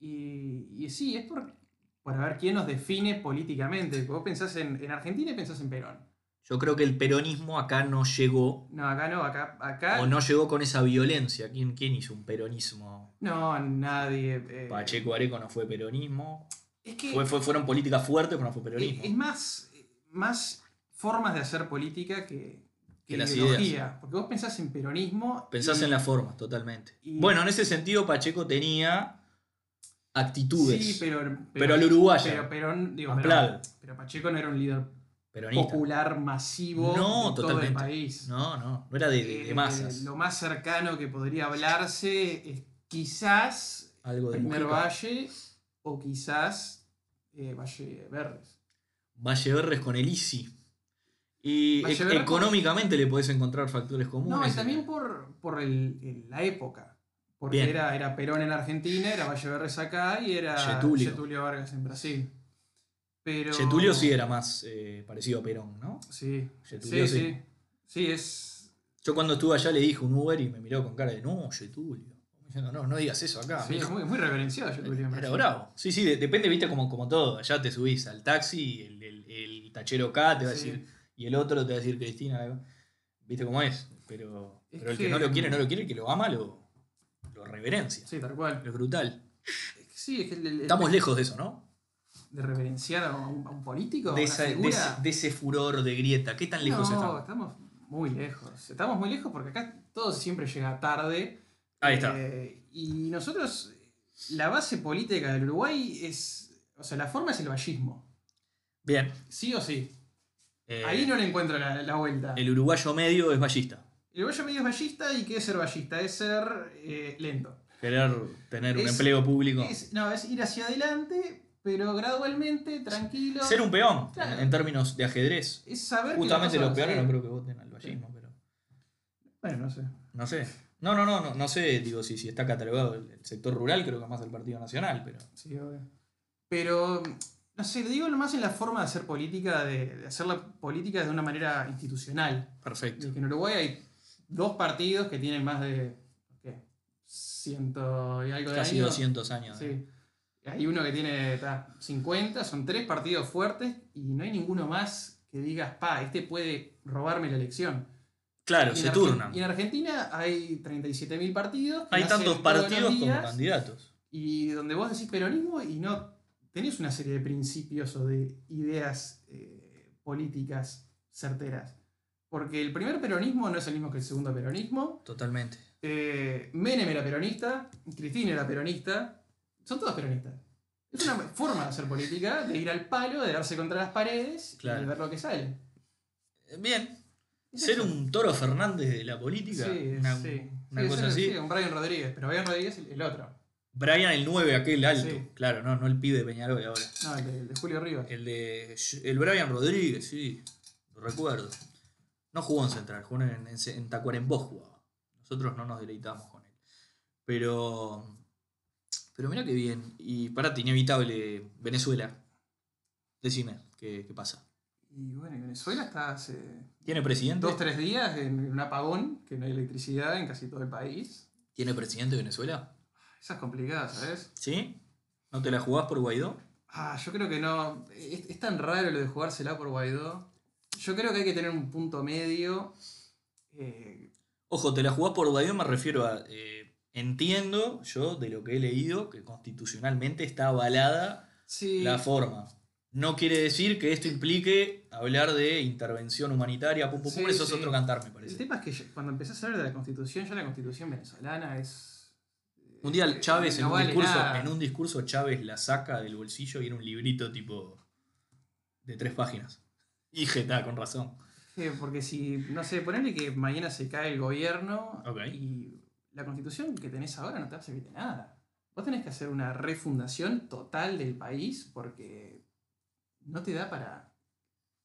B: Y, y sí, es por, por a ver quién nos define políticamente. Vos pensás en, en Argentina y pensás en Perón.
A: Yo creo que el peronismo acá no llegó.
B: No, acá no, acá. acá
A: O no llegó con esa violencia. ¿Quién, quién hizo un peronismo?
B: No, nadie. eh,
A: Pacheco Areco no fue peronismo.
B: Es que
A: Fue- fue- fueron políticas fuertes, pero no fue
B: Eh, es,
A: peronismo.
B: es más, más formas de hacer política que,
A: Que las
B: Porque vos pensás en peronismo.
A: Pensás
B: y-
A: en las formas, totalmente.
B: y-
A: Bueno, en ese sentido Pacheco tenía actitudes.
B: Sí, pero. Pero,
A: Pero al uruguayo.
B: Pero, Perón- digo,
A: Amplado.
B: pero, pero Pacheco no era un líder
A: peronista.
B: popular masivo
A: No,
B: de todo el
A: totalmente.
B: país.
A: No, no, no era de, de- de
B: Eh,
A: masas.
B: lo más cercano que podría hablarse es quizás
A: Algo de
B: Primer
A: Mujica.
B: Valle o quizás eh, Valle Verdes.
A: Valle Verres con el ICI. Y
B: Valle
A: ec-
B: Verres con-
A: económicamente le podés encontrar factores comunes. eh.
B: No, y también por, por el- el- la época. Porque
A: Bien.
B: era, era Perón en Argentina, era Valle Verres acá y era
A: Getúlio.
B: Vargas en Brasil. Pero...
A: Getulio sí era más eh, parecido a Perón, ¿no?
B: Sí,
A: Getúlio
B: sí,
A: sí.
B: sí. Sí, es...
A: Yo cuando estuve allá le dije un Uber y me miró con cara de no, Getulio. Diciendo, no, no digas eso acá.
B: sí,
A: mijo".
B: es muy, muy reverenciado Getúlio en
A: Ah, Era
B: Brasil.
A: bravo. Sí, sí, de- depende, viste, como, como todo. Allá te subís al taxi, el, el- el tachero K te va a
B: Sí.
A: decir, y el otro te va a decir Cristina. Viste cómo es. Pero,
B: Es
A: pero el que,
B: que-
A: no lo quiere, no lo quiere, el que lo ama lo, lo reverencia.
B: Sí, tal cual.
A: Es brutal.
B: Es que Sí, es que el, el-
A: Estamos lejos de eso, ¿no?
B: de reverenciar a un, a un político, a
A: De,
B: una
A: esa- de
B: figura.
A: ese, de ese furor de grieta. ¿Qué tan lejos
B: no,
A: estamos?
B: muy lejos. Estamos muy lejos porque acá todo siempre llega tarde.
A: Ahí está.
B: Eh, y nosotros, la base política del Uruguay es. O sea, la forma es el vallismo.
A: Bien.
B: Sí o sí.
A: Eh,
B: Ahí no le encuentro la, la vuelta. El
A: El uruguayo medio es ballista.
B: uruguayo medio es vallista y ¿qué es ser vallista? Es ser eh, lento.
A: Querer tener un
B: Es-
A: empleo público.
B: Es- no, es ir hacia adelante, pero gradualmente, tranquilo.
A: Ser un peón,
B: Claro.
A: en términos de ajedrez.
B: Es saber que
A: Justamente
B: las
A: los
B: cosas
A: peones
B: van a
A: no
B: salir.
A: creo que voten al vallismo, pero.
B: Bueno, no sé.
A: No sé. No, no, no, no, no sé, digo, si, si está catalogado el, el sector rural, creo que más el Partido Nacional, pero.
B: Sí, obvio. Pero, no sé, le digo más en la forma de hacer política, de, de hacer la política de una manera institucional.
A: Perfecto.
B: De que en Uruguay hay dos partidos que tienen más de, ¿qué? Ciento y algo de
A: Casi
B: años.
A: 200 años. de-
B: Sí. Hay uno que tiene ta, 50, son tres partidos fuertes y no hay ninguno más que digas, pa, este puede robarme la elección.
A: Claro,
B: Y en
A: se
B: Argen-
A: turnan.
B: Y en Argentina hay 37.000 partidos. que
A: Hay
B: nacen
A: tantos
B: todos los
A: partidos como
B: días
A: candidatos.
B: y donde vos decís peronismo y no tenés una serie de principios o de ideas eh, políticas certeras. Porque el primer peronismo no es el mismo que el segundo peronismo.
A: Totalmente.
B: Eh, Menem era peronista, Cristina era peronista, son todos peronistas. Es una forma de hacer política, de ir al palo, de darse contra las paredes
A: Claro.
B: y de ver lo que sale.
A: Eh, Bien.
B: Es
A: Ser
B: eso.
A: un toro Fernández de la política.
B: Sí,
A: una
B: sí.
A: una
B: Sí,
A: cosa
B: ser-
A: así.
B: sí, un Brian Rodríguez, pero Brian Rodríguez el, el otro,
A: Brian el 9, aquel alto.
B: Sí.
A: Claro, no, no el pibe de Peñarol ahora.
B: no, el de, el de Julio Rivas.
A: El de. El Brian Rodríguez, sí. Lo recuerdo. No jugó en Central, jugó en, en, en Tacuarembó jugaba. Nosotros no nos deleitamos con él. Pero. Pero mira qué bien. Y parate, inevitable. Venezuela. Decime, ¿qué, qué pasa?
B: Y bueno, y Venezuela está hace
A: ¿Tiene presidente?
B: dos, tres días en un apagón, que no hay electricidad en casi todo el país.
A: ¿Tiene presidente Venezuela?
B: Esa es complicada, ¿sabes?
A: ¿Sí? ¿No te la jugás por Guaidó?
B: Ah, yo creo que no. Es, es tan raro lo de jugársela por Guaidó. Yo creo que hay que tener un punto medio. eh,
A: Ojo, te la jugás por Guaidó, me refiero a. eh, entiendo yo de lo que he leído que constitucionalmente está avalada
B: sí.
A: la forma. No quiere decir que esto implique hablar de intervención humanitaria, pum pum pum,
B: Sí,
A: eso
B: sí.
A: es otro cantar, me
B: el
A: parece.
B: tema es que ya- cuando empezás a hablar de la constitución, ya la constitución venezolana es. eh,
A: Un día Chávez en,
B: no
A: un
B: vale
A: discurso,
B: nada.
A: en un discurso Chávez la saca del bolsillo y era un librito tipo de tres páginas. *laughs* Y está con razón.
B: Eh, Porque si, no sé, ponele que mañana se cae el gobierno
A: Ok.
B: y la constitución que tenés ahora no te va a servir de nada. Vos tenés que hacer una refundación total del país porque no te da para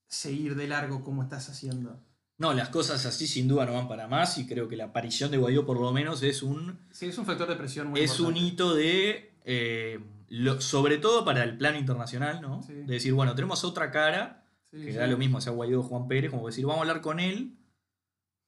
B: seguir de largo como estás haciendo.
A: No, las cosas así sin duda no van para más y creo que la aparición de Guaidó por lo menos es un
B: Sí, es un factor de presión muy
A: es un
B: importante.
A: hito de eh, Lo- sobre todo para el plano internacional, ¿no?
B: Sí.
A: De decir, bueno, tenemos otra cara,
B: Sí,
A: que
B: sí.
A: da lo mismo, sea Guaidó o Juan Pérez, como decir, vamos a hablar con él,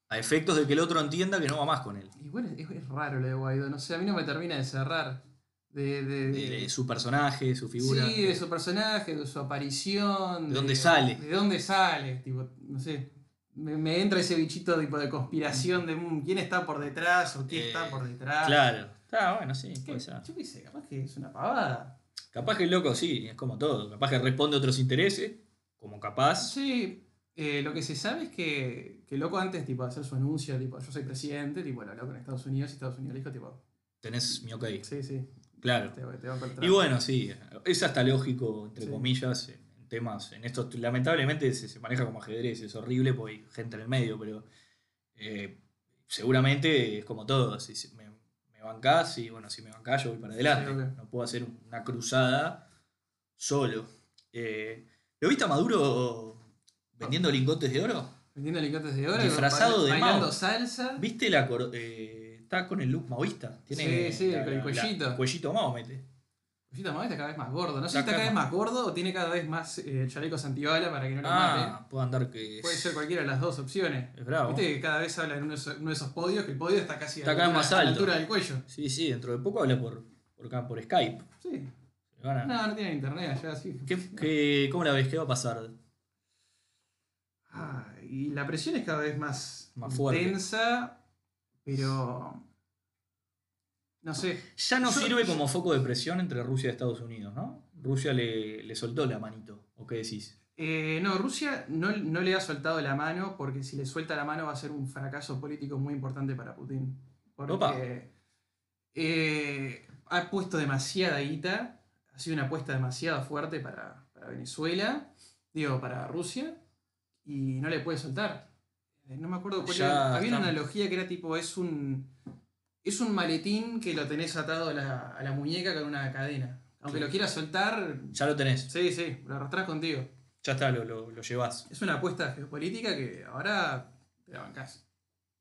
A: a efectos de que el otro entienda que no va más con él.
B: Y bueno, es, es raro lo de Guaidó, no sé, a mí no me termina de cerrar. De,
A: De,
B: de-
A: de Eh, su personaje, su figura.
B: Sí, de su personaje, de su aparición.
A: ¿De dónde sale?
B: De dónde sale, tipo, no sé. Me, me entra ese bichito tipo de conspiración de mm, quién está por detrás o qué
A: Eh,
B: está por detrás.
A: Claro. Ah, bueno, sí,
B: ¿Qué?
A: puede ser.
B: Yo qué sé, capaz que es una pavada.
A: Capaz que el loco, sí, es como todo. Capaz que responde a otros intereses, como capaz.
B: Sí, eh, lo que se sabe es que, que loco antes tipo, de hacer su anuncio, tipo, yo soy presidente, tipo, lo loco en Estados Unidos y Estados Unidos le dijo, tipo,
A: Tenés mi ok.
B: sí, sí,
A: Claro.
B: te, te va a encontrar.
A: Y bueno, sí, es hasta lógico, entre
B: Sí.
A: comillas, en en temas. En estos, lamentablemente se, se maneja como ajedrez, es horrible porque hay gente en el medio, pero eh, seguramente es como todo. Si, si me, me bancás, y bueno, si me bancás, yo voy para adelante.
B: Sí, ok.
A: No puedo hacer una cruzada solo. Eh, ¿Lo viste a Maduro vendiendo lingotes de oro?
B: Vendiendo alicates de oro,
A: Disfrazado de
B: bailando
A: Mao.
B: salsa.
A: ¿Viste la cor- eh, Está con el look maoísta. Tiene
B: Sí, sí,
A: la-
B: con el
A: la-
B: cuellito.
A: el cuellito mao, mete.
B: Fujita Mao está cada vez más gordo. No sé
A: Está
B: si está cada
A: cada
B: vez más gordo o tiene cada vez más eh, chalecos antibala para que no lo
A: Ah, puede andar que.
B: mate. ¿eh? Puede ser cualquiera de las dos opciones.
A: Es bravo.
B: Viste que cada vez habla en uno de esos, uno de esos podios, que el podio está casi
A: Está
B: a, la
A: cada
B: altura,
A: más
B: a la
A: alto.
B: altura del cuello.
A: Sí, sí, dentro de poco habla por, por, acá, por Skype.
B: Sí.
A: Le van a-
B: No, no tienen internet allá, sí.
A: Ah. ¿Qué- qué- cómo la ves? ¿Qué va a pasar?
B: Ah, y la presión es cada vez más,
A: Más fuerte.
B: intensa, pero... No sé.
A: Ya no
B: Yo-
A: sirve como foco de presión entre Rusia y Estados Unidos, ¿no? Rusia le, le soltó la manito, ¿o qué decís?
B: Eh, no, Rusia no, no le ha soltado la mano porque si le suelta la mano va a ser un fracaso político muy importante para Putin.
A: Opa.
B: Porque eh, ha puesto demasiada guita, ha sido una apuesta demasiado fuerte para, para Venezuela, digo, para Rusia, y no le puede soltar. Eh, No me acuerdo cuál
A: Ya
B: era. Había una
A: está.
B: analogía que era tipo, es un, es un maletín que lo tenés atado a la, a la muñeca con una cadena. Aunque
A: Sí.
B: lo quieras soltar,
A: Ya lo tenés,
B: sí, sí, lo arrastrás contigo.
A: ya está, lo, lo, lo llevás.
B: Es una apuesta geopolítica que ahora te la bancás.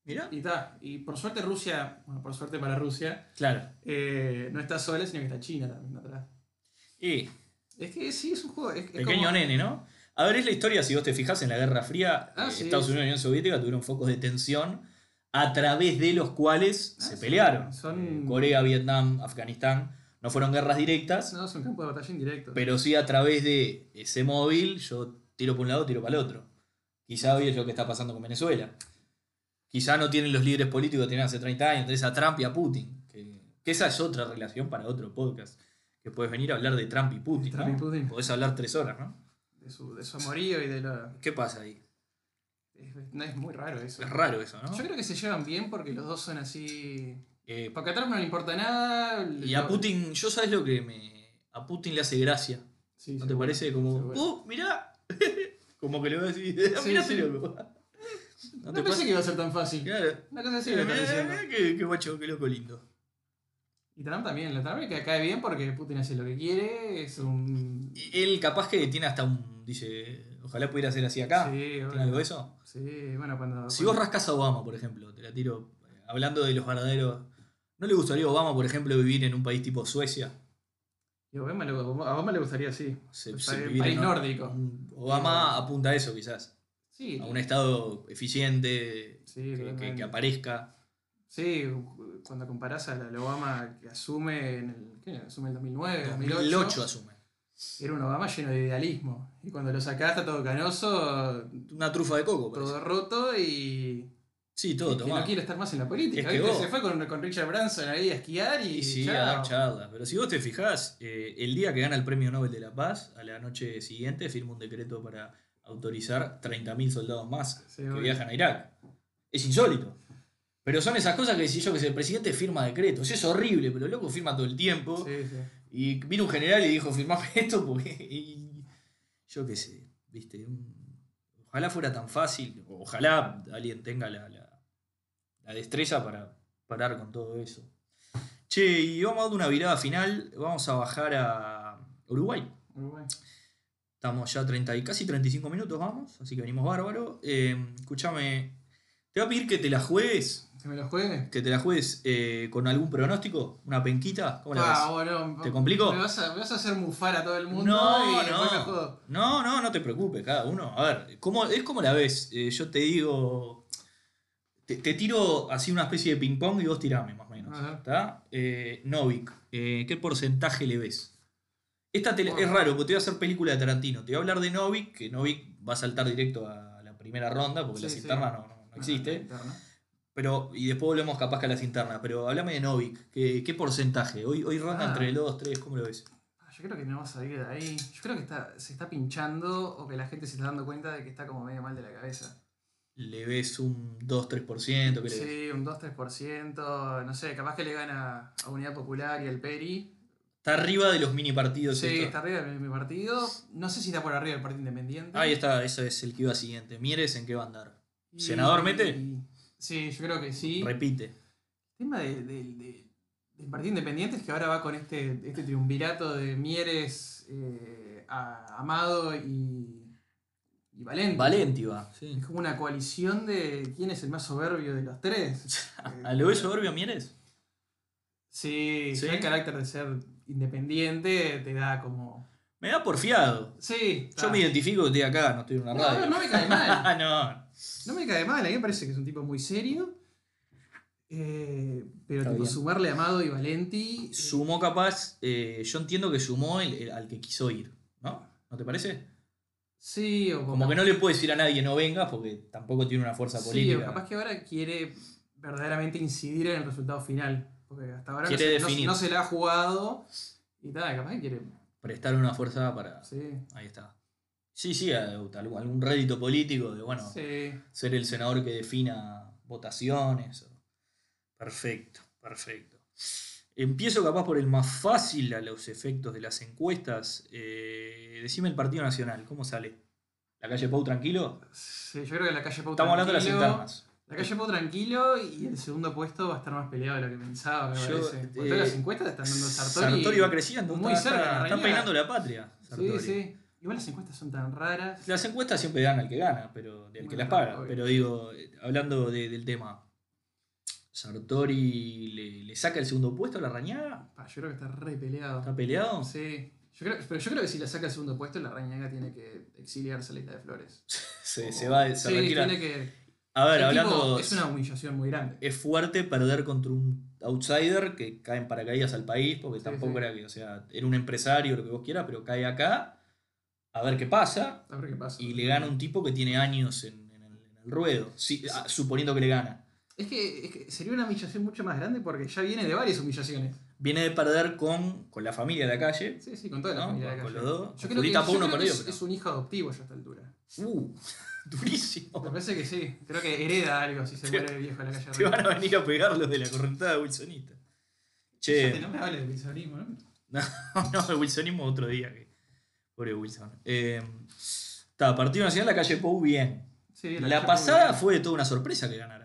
A: Mirá.
B: Y está. Y por suerte Rusia, bueno, por suerte para Rusia,
A: Claro.
B: eh, no está sola, sino que está China también atrás.
A: Y
B: Es que sí, es un juego. Es, es
A: pequeño
B: como-
A: nene, ¿no? A ver, es la historia, si vos te fijás en la Guerra Fría,
B: Ah,
A: eh,
B: sí.
A: Estados Unidos y Unión Soviética tuvieron focos de tensión a través de los cuales
B: Ah,
A: se
B: sí.
A: pelearon.
B: Son-
A: Eh, Corea, Vietnam, Afganistán, no fueron guerras directas,
B: No, es un campo de batalla indirecto.
A: Pero sí a través de ese móvil yo tiro por un lado, tiro para el otro. Quizá hoy es lo que está pasando con Venezuela. Quizá no tienen los líderes políticos que tenían hace 30 años, tenés a Trump y a Putin. Que, que esa es otra relación para otro podcast. Que puedes venir a hablar de Trump y Putin.
B: Trump y
A: ¿no?
B: Putin.
A: Podés hablar tres horas, ¿no?
B: De su, de su amorío y de lo.
A: ¿Qué pasa ahí?
B: Es, no, es muy raro eso.
A: Es raro eso, ¿no?
B: Yo creo que se llevan bien porque los dos son así.
A: Eh,
B: Porque a Trump no le importa nada.
A: y a
B: lo-
A: Putin, yo sabes lo que me. A Putin le hace gracia.
B: Sí,
A: ¿No
B: seguro,
A: te parece? Como,
B: seguro.
A: ¡uh, mirá! *laughs* como que le voy a decir, *laughs*
B: Sí,
A: mirá,
B: sí.
A: este loco".
B: No,
A: ¿No te
B: pensé
A: pasa?
B: que iba a ser tan fácil.
A: Claro.
B: Una cosa así
A: Sí,
B: me
A: mirá,
B: está diciendo.
A: mirá, qué, qué guacho, qué loco lindo.
B: Y Trump también, la Trump que cae bien porque Putin hace lo que quiere, es un...
A: Y Él capaz que tiene hasta un. Dice, ojalá pudiera ser así acá.
B: Sí,
A: ¿Tiene algo
B: bueno,
A: de eso?
B: sí, bueno, cuando...
A: Si vos
B: cuando-
A: rascas a Obama, por ejemplo, te la tiro. eh, Hablando de los verdaderos. ¿No le gustaría a Obama, por ejemplo, vivir en un país tipo Suecia?
B: Y a Obama, le- a Obama le gustaría, sí.
A: Se-
B: Un
A: se-
B: país-
A: vivir en
B: país
A: un-
B: nórdico.
A: un- Obama apunta a eso, quizás.
B: Sí,
A: A un estado eficiente,
B: sí,
A: que- que- que,
B: totalmente.
A: aparezca.
B: sí, cuando comparás a la Obama que asume en el, ¿qué? asume en el 2009, 2008,
A: 2008 asume.
B: era un Obama lleno de idealismo. Y cuando lo sacás está todo canoso,
A: Una trufa de coco, parece.
B: todo roto y...
A: Sí, todo
B: y que no
A: tomado.
B: quiere estar más en la política.
A: Es que
B: ¿viste?
A: vos-
B: Se fue con, con Richard Branson ahí a esquiar y...
A: Y sí, a
B: chao.
A: dar charlas. Pero si vos te fijás, eh, el día que gana el premio Nobel de la Paz, a la noche siguiente firma un decreto para autorizar 30.000 soldados más
B: Sí,
A: que
B: obvio.
A: viajan a Irak. Es insólito. Pero son esas cosas que decís yo que sé, el presidente firma decretos. Es horrible, pero el loco firma todo el tiempo.
B: Sí, sí.
A: Y vino un general y dijo, firmame *laughs* esto porque... y- yo qué sé, viste. un- Ojalá fuera tan fácil. o Ojalá alguien tenga la, la- la destreza para parar con todo eso. Che, y vamos a dar una virada final. Vamos a bajar a Uruguay.
B: Uruguay.
A: Estamos ya 30 y casi 35 minutos, vamos. Así que venimos bárbaro. Eh, Em, escúchame, Te va a pedir que te la juegues,
B: ¿Que me lo jueguen?
A: que te la juegues eh, con algún pronóstico, una penquita. ¿Cómo la ves?
B: Ah, bueno,
A: ¿Te complico?
B: Me vas, a, me vas a hacer mufar a todo el mundo y
A: No,
B: después me
A: no.
B: jodo.
A: No, no, no te preocupes, cada uno. A ver, ¿cómo, es como la ves. Eh, yo te digo. Te, te tiro así una especie de ping-pong y vos tirame, más o menos.
B: A ver.
A: ¿Está? Eh, Novik, eh, ¿qué porcentaje le ves? Esta tele-
B: Bueno.
A: es raro, porque te voy a hacer película de Tarantino. Te voy a hablar de Novik, que Novik va a saltar directo a la primera ronda, porque
B: Sí,
A: las
B: sí.
A: internas no, no- no existe.
B: Interna.
A: Pero, y después volvemos capaz que a las internas. Pero hablame de Novik, ¿qué, qué porcentaje? Hoy, hoy ronda
B: Ah.
A: entre el 2, 3, ¿cómo lo ves?
B: Ah, Yo creo que no va a salir de ahí. Yo creo que está, se está pinchando o que la gente se está dando cuenta de que está como medio mal de la cabeza.
A: le ves un 2-3%, que le ves.
B: Sí, un 2-3%, no sé, capaz que le gana a Unidad Popular y al Peri.
A: Está arriba de los mini partidos.
B: Sí,
A: esto.
B: está arriba de mi partido. No sé si está por arriba del Partido Independiente.
A: Ahí está, ese es el que iba siguiente. Mires en qué va a andar.
B: Y-
A: ¿Senador mete?
B: Sí, yo creo que sí.
A: Repite.
B: El tema de- de- de- del Partido Independiente es que ahora va con este, este triunvirato de Mieres, eh, a- Amado y, y Valente.
A: Valenti va. Sí.
B: Es como una coalición de quién es el más soberbio de los
A: *laughs*
B: tres. Eh,
A: ¿A lo ves soberbio, Mieres?
B: Sí,
A: ¿Sí?
B: ya el carácter de ser independiente te da como.
A: Me da porfiado.
B: Sí,
A: Yo me identifico que estoy acá, no estoy en una
B: no,
A: radio.
B: no, no me
A: *laughs*
B: cae mal.
A: Ah, no.
B: No me cae mal, a mí me parece que es un tipo muy serio. Eh, pero
A: Está
B: tipo,
A: bien.
B: sumarle a Amado y Valenti. eh,
A: Sumó capaz, eh, yo entiendo que sumó el- el- al que quiso ir, ¿no? ¿No te parece?
B: sí, o
A: Como que no le puedes decir a nadie no vengas porque tampoco tiene una fuerza
B: sí,
A: política.
B: o capaz que ahora quiere verdaderamente incidir en el resultado final. Porque hasta ahora no
A: Quiere
B: se- no,
A: definir.
B: no se la ha jugado. Y tal, capaz que quiere.
A: Prestar una fuerza para.
B: Sí.
A: Ahí está. Sí, sí, algún algún rédito político de, bueno,
B: Sí.
A: ser el senador que defina votaciones. o- Perfecto, perfecto. Empiezo capaz por el más fácil a los efectos de las encuestas. Eh, decime el Partido Nacional, ¿cómo sale? ¿La calle Pau tranquilo?
B: Sí, yo creo que la calle Pau
A: Estamos hablando de las
B: tranquilo-
A: internas.
B: La calle Pau tranquilo y el segundo puesto va a estar más peleado de lo que pensaba, me
A: Yo,
B: parece. Porque
A: eh,
B: todas las encuestas están dando Sartori.
A: Sartori, va creciendo,
B: muy
A: está-
B: cerca de la
A: está- están
B: reñida.
A: peinando la patria. Sartori.
B: Sí, sí. Igual las encuestas son tan raras.
A: Las encuestas siempre dan al que gana, pero del que
B: Bueno,
A: las paga.
B: obvio.
A: Pero digo, eh, hablando de- del tema, ¿Sartori le, le saca el segundo puesto a la rañada?
B: Pa, yo creo que está re peleado.
A: ¿Está peleado?
B: Sí. Yo creo, pero yo creo que si la saca al segundo puesto, la Rañaga tiene que exiliarse a la isla de Flores.
A: Se, se va, se
B: sí,
A: retira.
B: tiene que.
A: A ver,
B: el
A: hablando.
B: tipo, es una humillación muy grande.
A: es fuerte perder contra un outsider que cae en paracaídas al país, porque
B: Sí,
A: tampoco
B: sí.
A: era que, o sea, era un empresario, lo que vos quieras, pero cae acá, a ver qué pasa,
B: A ver qué pasa.
A: y le gana un tipo que tiene años en, en el, en el ruedo, si- ah, suponiendo que le gana.
B: Es que, es que sería una humillación mucho más grande porque ya viene de varias humillaciones.
A: Viene de perder con, con la familia de la calle.
B: Sí, sí, con toda la
A: No,
B: familia de la
A: con
B: calle.
A: los dos.
B: Yo creo que,
A: Julita
B: yo
A: Pou no
B: creo que
A: perdió,
B: es,
A: pero-
B: es un hijo adoptivo ya a esta altura.
A: Uh, *laughs* durísimo.
B: *laughs* Me parece que sí. Creo que hereda algo si se
A: Te-
B: muere viejo en la
A: *laughs*
B: calle.
A: Te van
B: Arriba.
A: a venir a pegar los de la correntada wilsonista. Che.
B: Fíjate, No me hables de pisonismo, ¿no?
A: *laughs* No, el wilsonismo otro día. Que... Pobre Wilson. Eh, Está, Partido Nacional, la calle Pou, bien.
B: Sí,
A: La,
B: calle
A: pasada
B: Pou- Ah.
A: fue toda una sorpresa que ganara.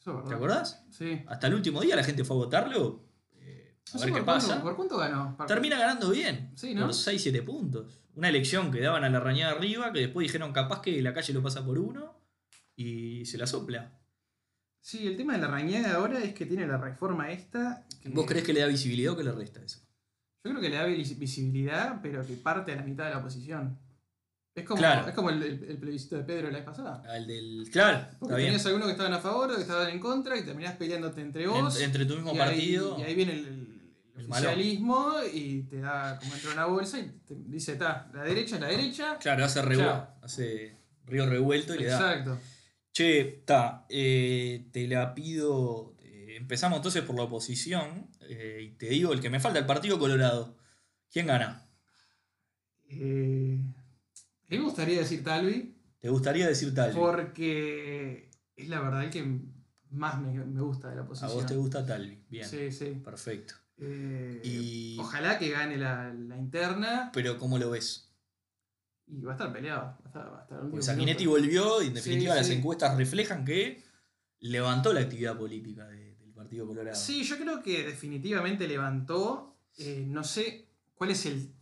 B: Eso es verdad.
A: ¿Te acordás?
B: Sí.
A: Hasta el último día la gente fue a votarlo. eh, a
B: No sé
A: ver qué
B: por cuánto-
A: pasa.
B: ¿Por cuánto ganó? Par-
A: Termina ganando bien.
B: Sí, ¿no?
A: Por 6-7 puntos. Una elección que daban a la rañada arriba, que después dijeron capaz que la calle lo pasa por uno y se la sopla.
B: Sí, el tema de la rañada ahora es que tiene la reforma esta. que-
A: ¿Vos crees que le da visibilidad o que le resta eso?
B: Yo creo que le da vis- visibilidad, pero que parte a la mitad de la oposición. Es como,
A: Claro.
B: es como el, el- el plebiscito de Pedro la vez pasada.
A: Al del. Claro,
B: Porque
A: está bien.
B: tenías algunos que estaban a favor, que estaban en contra, y terminás peleándote entre vos.
A: En- entre tu mismo
B: y
A: partido.
B: Ahí, y ahí viene el, el- el
A: El malo.
B: oficialismo y te da como entra una bolsa y te dice, ta, la derecha es la derecha.
A: Claro, hace, revu-
B: Claro.
A: hace río revuelto y le da.
B: Exacto.
A: Che, está, eh, te la pido. eh, empezamos entonces por la oposición. eh, y te digo, el que me falta, el Partido Colorado. ¿Quién gana?
B: Eh, a mí me gustaría decir Talvi,
A: ¿Te gustaría decir tal?
B: porque es la verdad el que más me, me gusta de la
A: A
B: oposición.
A: vos te gusta Talvi. Bien.
B: Sí, sí.
A: Perfecto.
B: Eh,
A: Y-
B: Ojalá que gane la, la interna
A: Pero ¿cómo lo ves?
B: y va a estar peleado. Va a estar, va a estar el último
A: Porque Sanguinetti
B: minuto.
A: volvió y en definitiva
B: Sí,
A: las
B: sí.
A: encuestas reflejan que levantó la actividad política de- del Partido Colorado.
B: Sí, yo creo que definitivamente levantó. eh, no sé cuál es el,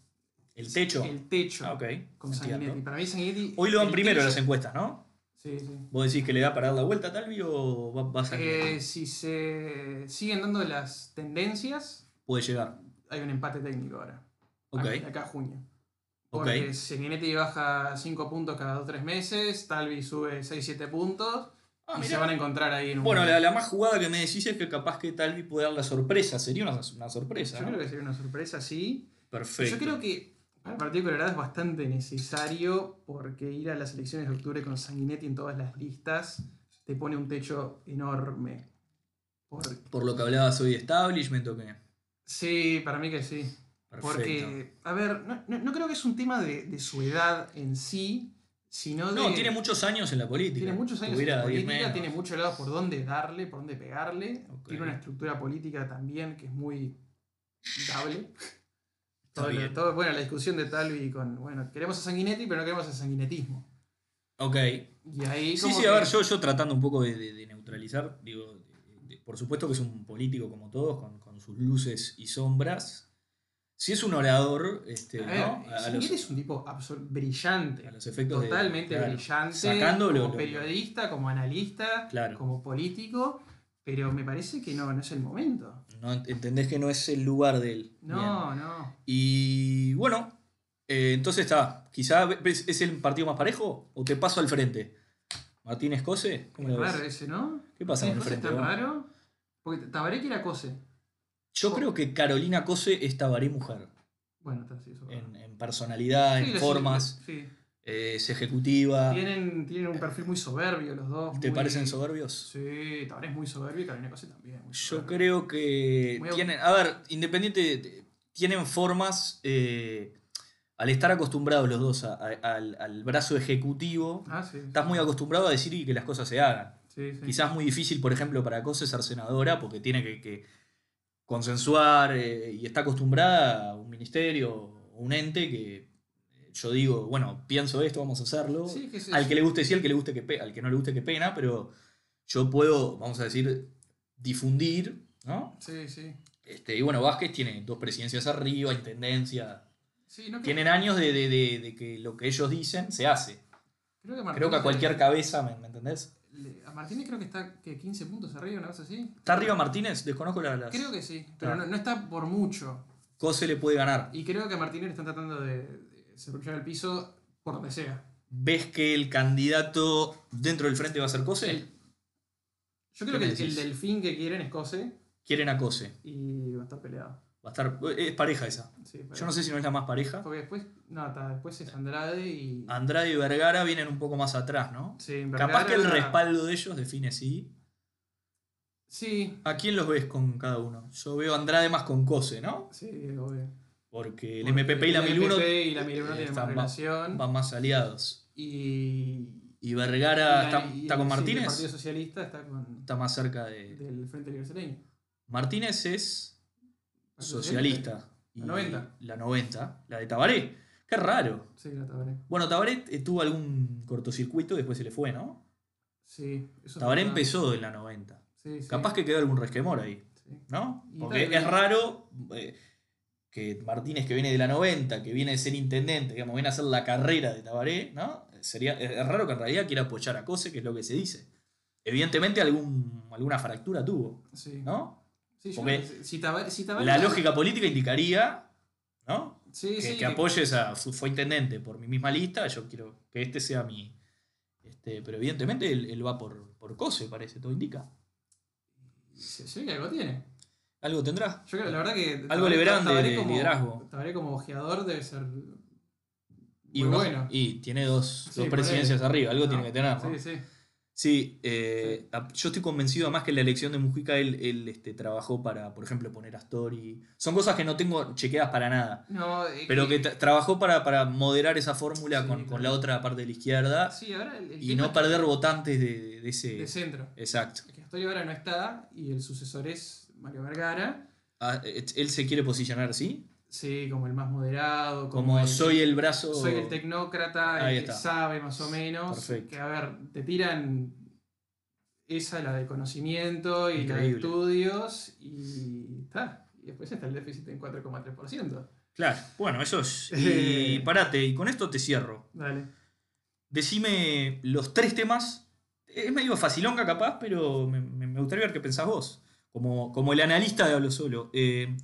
A: El techo.
B: el techo
A: Ah, ok.
B: con
A: entiendo.
B: Sanguinetti. Para mí Sanguinetti.
A: Hoy lo van
B: el
A: primero
B: techo-
A: las encuestas, ¿no?
B: Sí, sí.
A: ¿Vos decís que le da para dar la vuelta a Talvi o va, va a salir?
B: Eh, si se siguen dando las tendencias,
A: Puede llegar.
B: hay un empate técnico ahora.
A: Ok,
B: Acá, acá a junio.
A: ok.
B: Porque Sanguinetti baja 5 puntos cada 2-3 meses, Talvi sube 6-7 puntos
A: Ah,
B: y
A: mirá.
B: se van a encontrar ahí en un.
A: Bueno, la, la más jugada que me decís es que capaz que Talvi puede dar la sorpresa. Sería una, una sorpresa.
B: Yo
A: ¿no?
B: creo que sería una sorpresa, sí.
A: Perfecto.
B: Yo creo que para el partido de Colorado es bastante necesario porque ir a las elecciones de octubre con Sanguinetti en todas las listas te pone un techo enorme. Por-
A: Por lo que hablabas hoy de establishment o qué.
B: Sí, para mí que sí.
A: Perfecto.
B: Porque, a ver, no, no- no creo que es un tema de, de su edad en sí, sino de...
A: No, tiene muchos años en la política.
B: tiene muchos años en
A: Tuviera
B: la
A: 10
B: política,
A: menos.
B: tiene mucho lado por dónde darle, por dónde pegarle.
A: Ok.
B: Tiene una estructura política también que es muy dable.
A: *laughs* Está
B: Todo lo-
A: bien.
B: todo- bueno, la discusión de Talvi con, bueno, queremos a Sanguinetti, pero no queremos a sanguinetismo.
A: Ok.
B: Y ahí
A: Sí,
B: como
A: sí,
B: que-
A: a ver, yo, yo tratando un poco de, de- de neutralizar, digo, de- de- por supuesto que es un político como todos, con, con sus luces y sombras. Si es un orador, este,
B: A ver,
A: ¿no? A- a los-
B: Sanguinetti es un tipo absol-
A: a
B: brillante.
A: los efectos de-
B: Totalmente
A: claro,
B: brillante.
A: Sacando lo-
B: como
A: lo-
B: periodista, como analista,
A: Claro.
B: como político. Pero me parece que no, no es el momento.
A: No ent- entendés que no es el lugar de él. Bien.
B: No, no.
A: Y bueno, eh, entonces está. Quizá ve- ves- es el partido más parejo o te paso al frente. Martín Escose, ¿cómo lo ves?
B: Raro ese, ¿no?
A: ¿Qué pasa con el
B: Cose
A: frente?
B: está
A: vos?
B: raro. Porque Tabaré que era Cose.
A: Yo creo que Carolina Cose es Tabaré mujer.
B: Bueno, está sí, eso. es verdad.
A: En, en personalidad,
B: Sí,
A: en
B: lo-
A: formas,
B: Sí.
A: eh, es ejecutiva.
B: Tienen, tienen un perfil muy soberbio los dos.
A: ¿Te
B: muy-
A: parecen soberbios?
B: Sí, Tabaré es muy soberbio y Carolina Cose también. muy
A: Yo
B: soberbia.
A: creo que
B: Muy au-
A: tienen, a ver, independiente, de- tienen formas, eh, al estar acostumbrados los dos a- a- al, al brazo ejecutivo,
B: Ah, sí.
A: estás muy acostumbrado a decir y que las cosas se hagan.
B: Sí, sí.
A: Quizás muy difícil, por ejemplo, para Cose ser senadora porque tiene que, que consensuar eh, y está acostumbrada a un ministerio o un ente que eh, yo digo, bueno, pienso esto, vamos a hacerlo.
B: Sí, que sí,
A: Al
B: sí.
A: que le guste sí, al que le guste que pe- al que no le guste que pena, pero yo puedo, vamos a decir, difundir, ¿no?
B: Sí, sí.
A: Este, y bueno, Vázquez tiene dos presidencias arriba, intendencia.
B: Sí, no creo-
A: Tienen años de, de- de- de que lo que ellos dicen se hace.
B: creo que, Martínez
A: Creo que a cualquier
B: le-
A: cabeza, ¿me, me entendés?
B: le- A Martínez creo que está que 15 puntos arriba, una cosa así.
A: ¿Está arriba Martínez? Desconozco la, las...
B: Creo que sí, pero
A: Ah.
B: no, no está por mucho.
A: Cose le puede ganar.
B: Y creo que a Martínez le están tratando de, de serruchar el piso por donde sea.
A: ¿Ves que el candidato dentro del frente va a ser Cose?
B: Yo creo
A: ¿Qué
B: que
A: me
B: el, el
A: decís?
B: delfín que quieren es Cose
A: Quieren a Cose.
B: y va a estar peleado.
A: Va a estar... Es pareja esa.
B: Sí, pero-
A: Yo no sé si no es la más pareja.
B: Porque después, no, ta, después es Andrade y.
A: Andrade y Vergara vienen un poco más atrás, ¿no?
B: Sí,
A: Ah. Capaz que el
B: Vergara-
A: respaldo de ellos define sí.
B: Sí,
A: ¿A quién los ves con cada uno? Yo veo a Andrade más con Cose, ¿no?
B: sí, obvio.
A: Porque el
B: Porque
A: MPP y la
B: el
A: 1001
B: MPP y la 1001
A: eh,
B: tienen más
A: están más,
B: relación.
A: van más aliados.
B: Y.
A: ¿Y Vergara
B: y la-
A: está,
B: y
A: está con
B: el- sí, El
A: Martínez? Eh,
B: Partido Socialista está con.
A: Está más cerca de...
B: del Frente Libre Brasileño.
A: Martínez es
B: Partido
A: socialista.
B: La 90.
A: La 90. La de Tabaré. Qué raro.
B: Sí, la Tabaré.
A: Bueno, Tabaré eh, tuvo algún cortocircuito, después se le fue, ¿no?
B: Sí, eso es
A: Tabaré
B: verdad.
A: empezó en la 90.
B: Sí, sí,
A: Capaz que quedó algún resquemor ahí.
B: sí.
A: ¿no?
B: Y
A: Porque
B: tal vez-
A: es raro eh, que Martínez, que viene de la 90, que viene de ser intendente, digamos, viene a hacer la carrera de Tabaré, ¿no? Sería, es es raro que en realidad quiera apoyar a Cose, que es lo que se dice. Evidentemente algún, alguna fractura tuvo,
B: Sí.
A: ¿no?
B: Sí, yo
A: Porque
B: creo que si Tabaré- si Tabaré-
A: La lógica política indicaría, ¿no?
B: Sí,
A: Que,
B: sí,
A: que
B: que-
A: apoyes a, fu- fue intendente por mi misma lista, yo quiero que este sea mi... Este, pero evidentemente él, él va por, por Cose, parece, todo indica.
B: Se, se ve que algo tiene.
A: Algo tendrá.
B: Yo creo, la verdad que.
A: Algo le verán de-
B: Tabaré
A: de
B: como-
A: liderazgo.
B: Tabaré como ojeador debe ser. Muy
A: Y, uno-
B: bueno.
A: y tiene dos,
B: Sí,
A: dos
B: por
A: presidencias arriba, algo
B: No,
A: tiene que tener. ¿no?
B: Sí, sí.
A: Sí, eh, a- yo estoy convencido además que en la elección de Mujica él, él, este, trabajó para, por ejemplo, poner a Story. Son cosas que no tengo chequeadas para nada.
B: No, eh,
A: Pero que tra- trabajó para, para moderar esa fórmula
B: Sí,
A: con, con
B: claro.
A: la otra parte de la izquierda
B: Sí, ahora el, el
A: y
B: tema
A: no perder votantes de, de
B: de
A: ese...
B: centro.
A: Exacto.
B: Que Astori ahora no está y el sucesor es Mario Vergara.
A: Ah, eh, él se quiere posicionar, ¿sí?
B: Sí, como el más moderado.
A: Como,
B: el-
A: soy el brazo...
B: soy el tecnócrata,
A: Ahí
B: el que
A: está.
B: sabe más o menos.
A: Perfecto.
B: Que a ver, te tiran esa, la de conocimiento y la de
A: Increíble.
B: estudios y está. Y después está el déficit en 4,3%. *laughs*
A: Claro, bueno, eso es... Y parate, y con esto te cierro.
B: Dale.
A: Decime los tres temas. Es medio facilonga capaz, pero me, me- me gustaría ver qué pensás vos. Como, como el analista de Hablo Solo. Eh,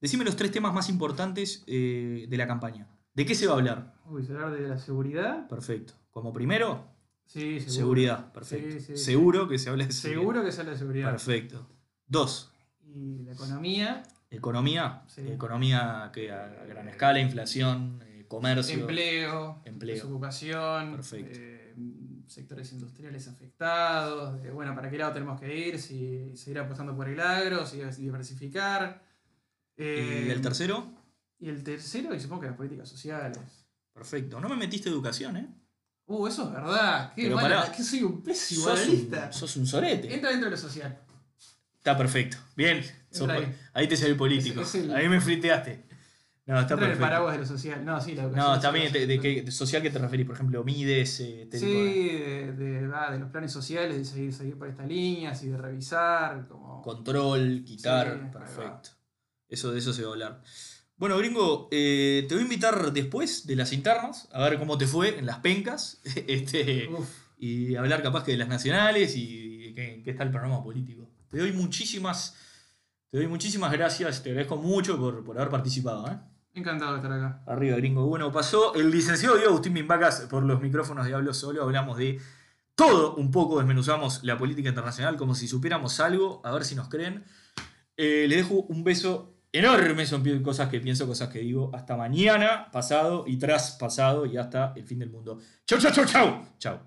A: decime los tres temas más importantes eh, de la campaña. ¿De qué se va a hablar?
B: Uy, hablar de la seguridad.
A: Perfecto. Como primero,
B: Sí, seguro.
A: seguridad. Perfecto.
B: Sí, sí, sí.
A: Seguro que se habla de seguridad.
B: Seguro que sale la seguridad.
A: Perfecto. Dos,
B: Y la economía,
A: Economía,
B: Sí.
A: economía que a a gran escala, inflación, eh, comercio,
B: empleo,
A: Empleo.
B: desocupación,
A: Perfecto.
B: eh, sectores industriales afectados. de, bueno, ¿para qué lado tenemos que ir? Si seguir apostando por el agro, si diversificar. eh,
A: y el tercero,
B: Y el tercero, y supongo que las políticas sociales.
A: perfecto. No me metiste educación, ¿eh?
B: Uh, eso es verdad. Qué
A: Pero
B: mala,
A: pará.
B: que soy un pésimo
A: Sos
B: analista.
A: un, sos un sorete.
B: Entra dentro de lo social.
A: Está perfecto. Bien. Sos
B: Entra
A: po-
B: ahí.
A: ahí. te salió el político.
B: Es- es el-
A: Ahí me friteaste. No, está
B: Entra en el
A: perfecto.
B: paraguas de lo social. No, sí, la educación.
A: No,
B: sí,
A: está bien.
B: la-
A: te- ¿De qué social que te referís? Por ejemplo, Mides, eh, te digo,
B: Sí, de, de- va, de los planes sociales, de seguir, seguir por estas líneas y de revisar. Como...
A: control,
B: Sí, ahí
A: quitar.
B: va.
A: perfecto. Eso de eso se va a hablar. Bueno, gringo, eh, te voy a invitar después de las internas a ver cómo te fue en las pencas. *laughs* Este,
B: Uf,
A: y hablar capaz que de las nacionales y de qué, qué está el programa político. Te doy muchísimas, te doy muchísimas gracias, te agradezco mucho por, por haber participado. ¿eh?
B: encantado de estar acá.
A: Arriba, gringo. Bueno, pasó el licenciado Diego Agustín Bimbacas por los micrófonos de Hablo Solo, hablamos de todo un poco, desmenuzamos la política internacional como si supiéramos algo, a ver si nos creen. Eh, les dejo un beso enorme, son pi- cosas que pienso, cosas que digo. Hasta mañana, pasado y tras pasado y hasta el fin del mundo. Chau, chau, chau, chau. Chau.